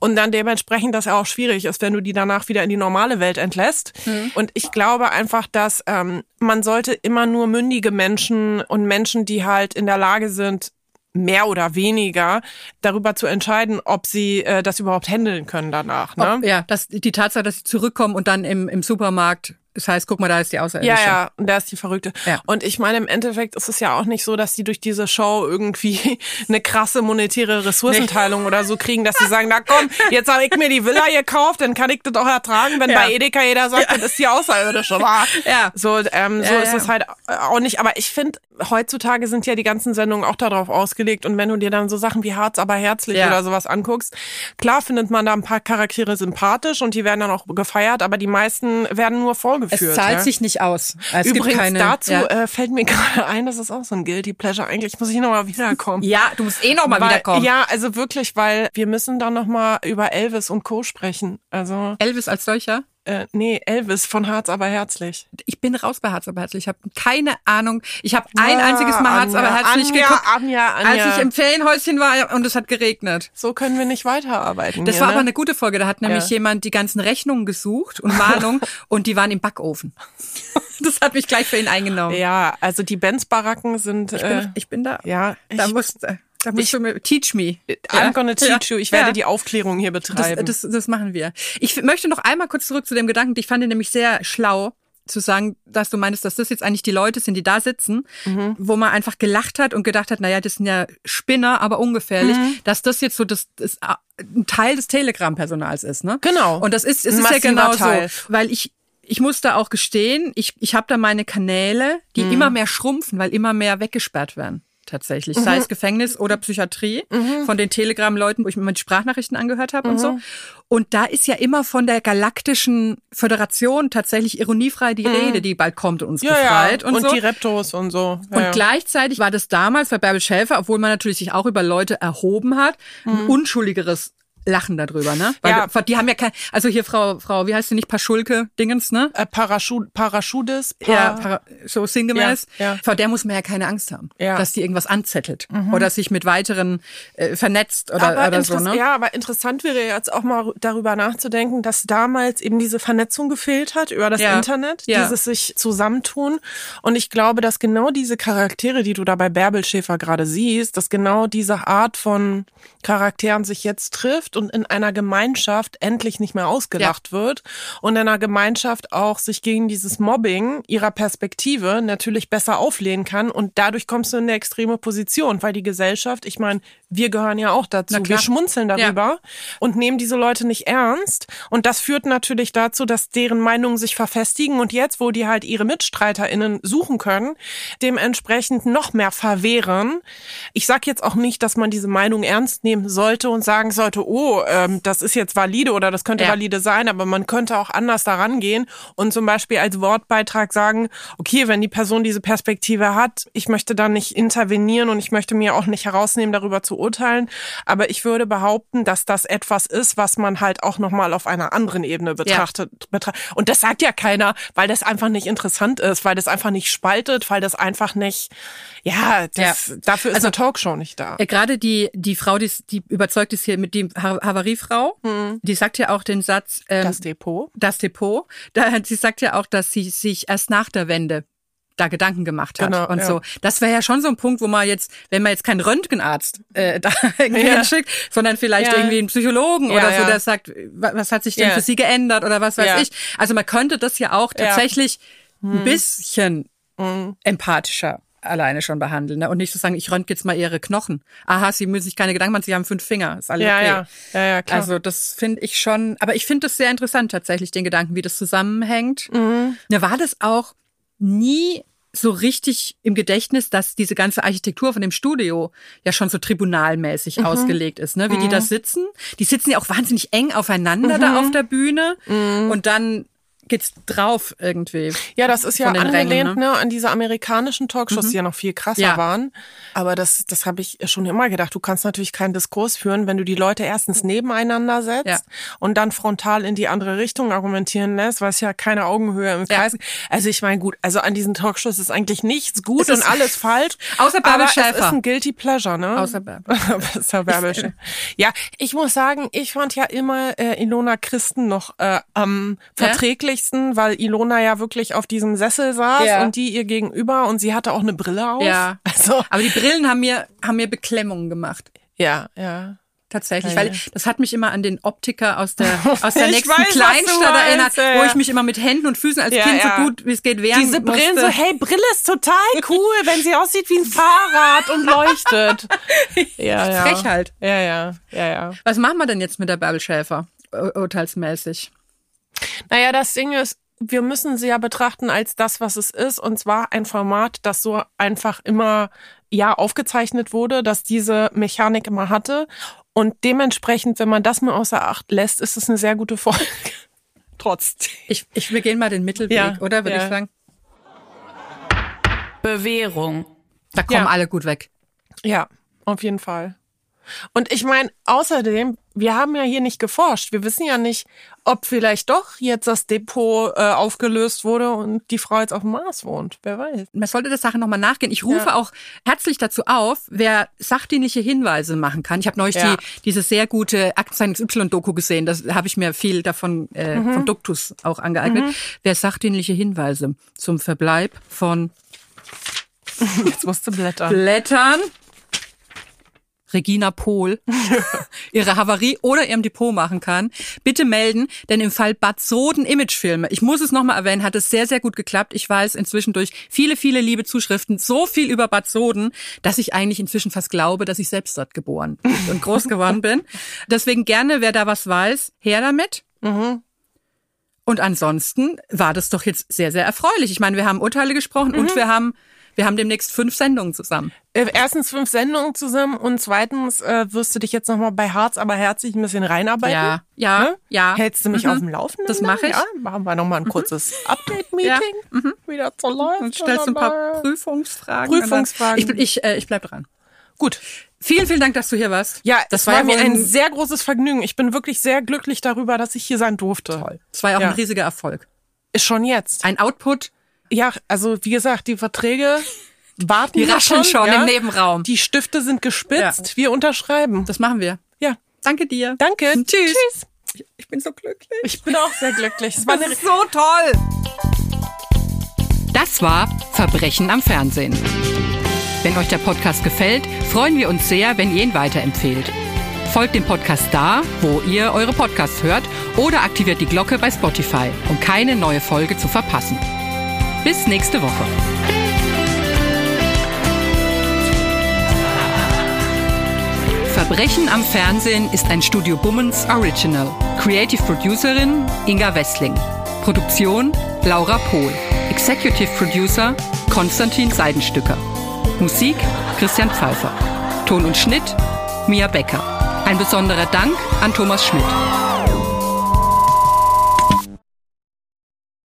E: und dann dementsprechend das ja auch schwierig ist, wenn du die danach wieder in die normale Welt entlässt. Und ich glaube einfach, dass ähm, man sollte immer nur mündige Menschen und Menschen, die halt in der Lage sind, mehr oder weniger darüber zu entscheiden, ob sie äh, das überhaupt handeln können danach. Ne?
A: Ob, ja, das, die Tatsache, dass sie zurückkommen und dann im, im Supermarkt, das heißt, guck mal, da ist die Außerirdische.
E: Ja, ja, und da ist die Verrückte.
A: Ja.
E: Und ich meine, im Endeffekt ist es ja auch nicht so, dass die durch diese Show irgendwie eine krasse monetäre Ressourcenteilung oder so kriegen, dass sie sagen, na komm, jetzt habe ich mir die Villa gekauft, dann kann ich das auch ertragen, wenn
A: Ja.
E: bei Edeka jeder sagt, das ist die Außerirdische. wa?
A: Ja.
E: So, ähm, so
A: Ja,
E: ist
A: ja.
E: es halt auch nicht. Aber ich finde, heutzutage sind ja die ganzen Sendungen auch darauf ausgelegt. Und wenn du dir dann so Sachen wie Harz, aber herzlich
A: Ja.
E: oder sowas anguckst, klar findet man da ein paar Charaktere sympathisch und die werden dann auch gefeiert, aber die meisten werden nur vorgeführt. ne?
A: Es zahlt
E: ja?
A: sich nicht aus. Es
E: Übrigens
A: gibt keine,
E: dazu
A: ja.
E: äh, fällt mir gerade ein, das ist auch so ein Guilty Pleasure. Eigentlich muss ich nochmal wiederkommen.
A: Ja, du musst eh noch mal
E: weil,
A: wiederkommen.
E: Ja, also wirklich, weil wir müssen dann nochmal über Elvis und Co. sprechen. Also
A: Elvis als solcher?
E: Äh, nee, Elvis von Harz aber herzlich.
A: Ich bin raus bei Harz aber herzlich. Ich habe keine Ahnung. Ich habe ein einziges Mal Harz aber herzlich
E: Anja,
A: geguckt,
E: Anja, Anja.
A: als ich im Ferienhäuschen war und es hat geregnet.
E: so können wir nicht weiterarbeiten.
A: Das
E: hier,
A: war
E: ne?
A: aber eine gute Folge. Da hat nämlich jemand die ganzen Rechnungen gesucht und Warnungen und die waren im Backofen. Das hat mich gleich für ihn eingenommen.
E: Ja, also die Benz-Baracken sind.
A: Ich,
E: äh,
A: bin, ich bin da.
E: ja,
A: da
E: ich-
A: musst, da musst du mir teach me.
E: I'm gonna teach
A: Ja.
E: you. Ich werde
A: Ja.
E: die Aufklärung hier
A: Das,
E: betreiben.
A: das, das machen wir. Ich f- möchte noch einmal kurz zurück zu dem Gedanken, ich fand ihn nämlich sehr schlau zu sagen, dass du meinst, dass das jetzt eigentlich die Leute sind, die da sitzen,
E: Mhm.
A: wo man einfach gelacht hat und gedacht hat, naja, das sind ja Spinner, aber ungefährlich,
E: Mhm.
A: dass das jetzt so das, das äh, ein Teil des Telegram-Personals ist, ne?
E: Genau.
A: Und das ist, es
E: Ein
A: ist ja
E: massiver
A: genau
E: Teil.
A: so, weil ich ich muss da auch gestehen, ich, ich habe da meine Kanäle, die immer mehr schrumpfen, weil immer mehr weggesperrt werden. Tatsächlich. Sei es Gefängnis oder Psychiatrie, von den Telegram-Leuten, wo ich mir mal die Sprachnachrichten angehört habe und so. Und da ist ja immer von der galaktischen Föderation tatsächlich ironiefrei die Rede, die bald kommt und uns befreit und, so.
E: die Reptos und so. Ja,
A: Und
E: ja.
A: gleichzeitig war das damals bei Bärbel Schäfer, obwohl man natürlich sich auch über Leute erhoben hat, ein unschuldigeres Lachen darüber, ne? Weil
E: Mhm. Ja.
A: wir- die haben ja kein, also hier Frau, Frau, wie heißt sie nicht, Paschulke Dingens, ne?
E: Äh, Paraschu Paraschudes. Pa
A: Ja, para- so sinngemäß.
E: Ja, ja.
A: Vor der muss man ja keine Angst haben,
E: Ja. Mhm.
A: dass die irgendwas anzettelt oder sich mit weiteren äh, vernetzt oder,
E: aber
A: oder so.
E: interess-
A: Ne?
E: Ja, aber interessant wäre jetzt auch mal darüber nachzudenken, dass damals eben diese Vernetzung gefehlt hat über das
A: Ja.
E: Internet,
A: Ja.
E: dieses sich zusammentun. Und ich glaube, dass genau diese Charaktere, die du da bei Bärbel Schäfer gerade siehst, dass genau diese Art von Charakteren sich jetzt trifft und in einer Gemeinschaft endlich nicht mehr ausgelacht wird und in einer Gemeinschaft auch sich gegen dieses Mobbing ihrer Perspektive natürlich besser auflehnen kann. Und dadurch kommst du in eine extreme Position, weil die Gesellschaft, ich meine, wir gehören ja auch dazu.
A: Na
E: Wir
A: klar.
E: schmunzeln darüber und nehmen diese Leute nicht ernst. Und das führt natürlich dazu, dass deren Meinungen sich verfestigen und jetzt, wo die halt ihre MitstreiterInnen suchen können, dementsprechend noch mehr verwehren. Ich sag jetzt auch nicht, dass man diese Meinung ernst nehmen sollte und sagen sollte, oh, ähm, das ist jetzt valide oder das könnte
A: Ja.
E: valide sein, aber man könnte auch anders daran gehen und zum Beispiel als Wortbeitrag sagen, okay, wenn die Person diese Perspektive hat, ich möchte da nicht intervenieren und ich möchte mir auch nicht herausnehmen, darüber zu urteilen, aber ich würde behaupten, dass das etwas ist, was man halt auch nochmal auf einer anderen Ebene betrachtet. betra- Und das sagt ja keiner, weil das einfach nicht interessant ist, weil das einfach nicht spaltet, weil das einfach nicht, ja, das,
A: Ja.
E: dafür ist
A: Also-
E: eine Talkshow nicht da.
A: Äh, Gerade die, die Frau, die, ist- die überzeugt ist hier mit dem Ha- Havariefrau, die sagt ja auch den Satz, ähm,
E: Mhm. Das Depot.
A: das Depot. Da, sie sagt ja auch, dass sie sich erst nach der Wende da Gedanken gemacht hat
E: Genau,
A: und
E: ja.
A: so. Das wäre ja schon so ein Punkt, wo man jetzt, wenn man jetzt keinen Röntgenarzt äh, da irgendwie
E: Ja.
A: hinschickt, sondern vielleicht
E: Ja.
A: irgendwie einen Psychologen
E: Ja,
A: oder so,
E: ja.
A: der sagt, wa- was hat sich denn
E: Ja.
A: für Sie geändert oder was weiß
E: Ja. Hm.
A: ich. Also man könnte das ja auch tatsächlich ein bisschen empathischer alleine schon behandeln ne? und nicht so sagen, ich röntge jetzt mal ihre Knochen. Aha, sie müssen sich keine Gedanken machen, sie haben fünf Finger, ist alles
E: Ja,
A: okay.
E: ja. Ja, ja, klar.
A: Also das finde ich schon, aber ich finde das sehr interessant tatsächlich, den Gedanken, wie das zusammenhängt.
E: Mhm.
A: Na, war das auch nie so richtig im Gedächtnis, dass diese ganze Architektur von dem Studio ja schon so tribunalmäßig
E: Mhm.
A: ausgelegt ist, ne? Wie die da sitzen. Die sitzen ja auch wahnsinnig eng aufeinander
E: Mhm.
A: da auf der Bühne und dann geht's drauf irgendwie.
E: Ja, das ist ja
A: Von den
E: angelehnt
A: Rängen, Mhm.
E: ne? an diese amerikanischen Talkshows, die ja noch viel krasser
A: Ja.
E: waren. Aber das, das habe ich schon immer gedacht. Du kannst natürlich keinen Diskurs führen, wenn du die Leute erstens nebeneinander setzt
A: Ja.
E: und dann frontal in die andere Richtung argumentieren lässt, weil es ja keine Augenhöhe im Kreis. Also ich meine, gut, also an diesen Talkshows ist eigentlich nichts gut
A: Es ist-
E: und alles falsch.
A: Außer Bärbel
E: aber es
A: Schäfer.
E: ist ein Guilty Pleasure, ne?
A: Außer Bärbel.
E: Außer Bärbel Schäfer. Ja, ich muss sagen, ich fand ja immer äh, Ilona Christen noch äh, am
A: Ja?
E: verträglichsten, weil Ilona ja wirklich auf diesem Sessel saß
A: Ja.
E: und die ihr gegenüber und sie hatte auch eine Brille auf.
A: Ja.
E: Also,
A: Aber die Brillen haben mir, haben mir Beklemmungen gemacht.
E: ja, ja.
A: Tatsächlich,
E: Ja,
A: weil
E: ja.
A: das hat mich immer an den Optiker aus der, aus der
E: Ich
A: nächsten
E: weiß, was du
A: Kleinstadt
E: meinst,
A: erinnert,
E: ja,
A: wo
E: ja.
A: ich mich immer mit Händen und Füßen als
E: Ja,
A: Kind
E: ja.
A: so gut wie es geht wehren
E: Diese Brillen
A: musste.
E: so, hey, Brille ist total cool, wenn sie aussieht wie ein Fahrrad und leuchtet. Ja, ja.
A: Frech halt.
E: Ja, ja, ja, ja.
A: Was machen wir denn jetzt mit der Bärbel Schäfer? ur- Urteilsmäßig.
E: Naja, das Ding ist, wir müssen sie ja betrachten als das, was es ist, und zwar ein Format, das so einfach immer ja aufgezeichnet wurde, dass diese Mechanik immer hatte. Und dementsprechend, wenn man das mal außer Acht lässt, ist es eine sehr gute Folge. Trotzdem.
A: Ich, ich, wir gehen mal den Mittelweg,
E: Ja,
A: oder? Würde
E: ja.
A: ich sagen.
B: Bewährung.
A: Da kommen
E: Ja.
A: alle gut weg.
E: Ja, auf jeden Fall. Und ich meine, außerdem, wir haben ja hier nicht geforscht. Wir wissen ja nicht, ob vielleicht doch jetzt das Depot äh, aufgelöst wurde und die Frau jetzt auf dem Mars wohnt. Wer weiß.
A: Man sollte der Sache nochmal nachgehen. Ich rufe auch herzlich dazu auf, wer sachdienliche Hinweise machen kann. Ich habe neulich
E: Ja.
A: die, diese sehr gute Aktenzeichen Y-Doku gesehen. Das habe ich mir viel davon äh, vom Duktus auch angeeignet. Wer sachdienliche Hinweise zum Verbleib von
E: Jetzt musst du blättern.
A: Blättern. Regina Pohl ihre Havarie oder ihrem Depot machen kann, bitte melden, denn im Fall Bad Soden Imagefilme, ich muss es nochmal erwähnen, hat es sehr, sehr gut geklappt. Ich weiß inzwischen durch viele, viele liebe Zuschriften so viel über Bad Soden, dass ich eigentlich inzwischen fast glaube, dass ich selbst dort geboren und groß geworden bin. Deswegen gerne, wer da was weiß, her damit. Und ansonsten war das doch jetzt sehr, sehr erfreulich. Ich meine, wir haben Urteile gesprochen und wir haben, wir haben demnächst fünf Sendungen zusammen.
E: Äh, Erstens fünf Sendungen zusammen und zweitens äh, wirst du dich jetzt nochmal bei Harz aber herzlich ein bisschen reinarbeiten.
A: Ja, ja,
E: Ne?
A: ja.
E: Hältst du mich
A: Mhm.
E: auf dem Laufenden?
A: Das mache ich. Mhm.
E: Ja, machen wir nochmal ein kurzes Update-Meeting.
A: Ja. Mhm.
E: Wieder zur Läufe.
A: Und stellst ein paar
E: äh,
A: Prüfungsfragen.
E: Prüfungsfragen. Also
A: Und dann- Ich, ich, äh, ich bleib dran.
E: Gut.
A: Vielen, vielen Dank, dass du hier warst.
E: Ja,
A: das
E: es war, mir
A: wohl
E: ein sehr großes Vergnügen. Ich bin wirklich sehr glücklich darüber, dass ich hier sein durfte. Toll.
A: das war ja auch
E: ja.
A: ein riesiger Erfolg.
E: Ist schon jetzt.
A: Ein Output,
E: Ja, also wie gesagt, die Verträge warten
A: die
E: wir
A: rascheln schon
E: ja.
A: im Nebenraum.
E: Die Stifte sind gespitzt. Wir unterschreiben.
A: Das machen wir.
E: Ja.
A: Danke dir.
E: Danke.
A: Tschüss.
E: Tschüss.
A: Ich bin so glücklich.
E: Ich bin auch sehr glücklich. Es war eine
A: so toll. Das war Verbrechen am Fernsehen. Wenn euch der Podcast gefällt, freuen wir uns sehr, wenn ihr ihn weiterempfehlt. Folgt dem Podcast da, wo ihr eure Podcasts hört oder aktiviert die Glocke bei Spotify, um keine neue Folge zu verpassen. Bis nächste Woche. Verbrechen am Fernsehen ist ein Studio Bummens Original. Creative Producerin Inga Wessling. Produktion Laura Pohl. Executive Producer Konstantin Seidenstücker. Musik Christian Pfeiffer. Ton und Schnitt Mia Becker. Ein besonderer Dank an Thomas Schmidt.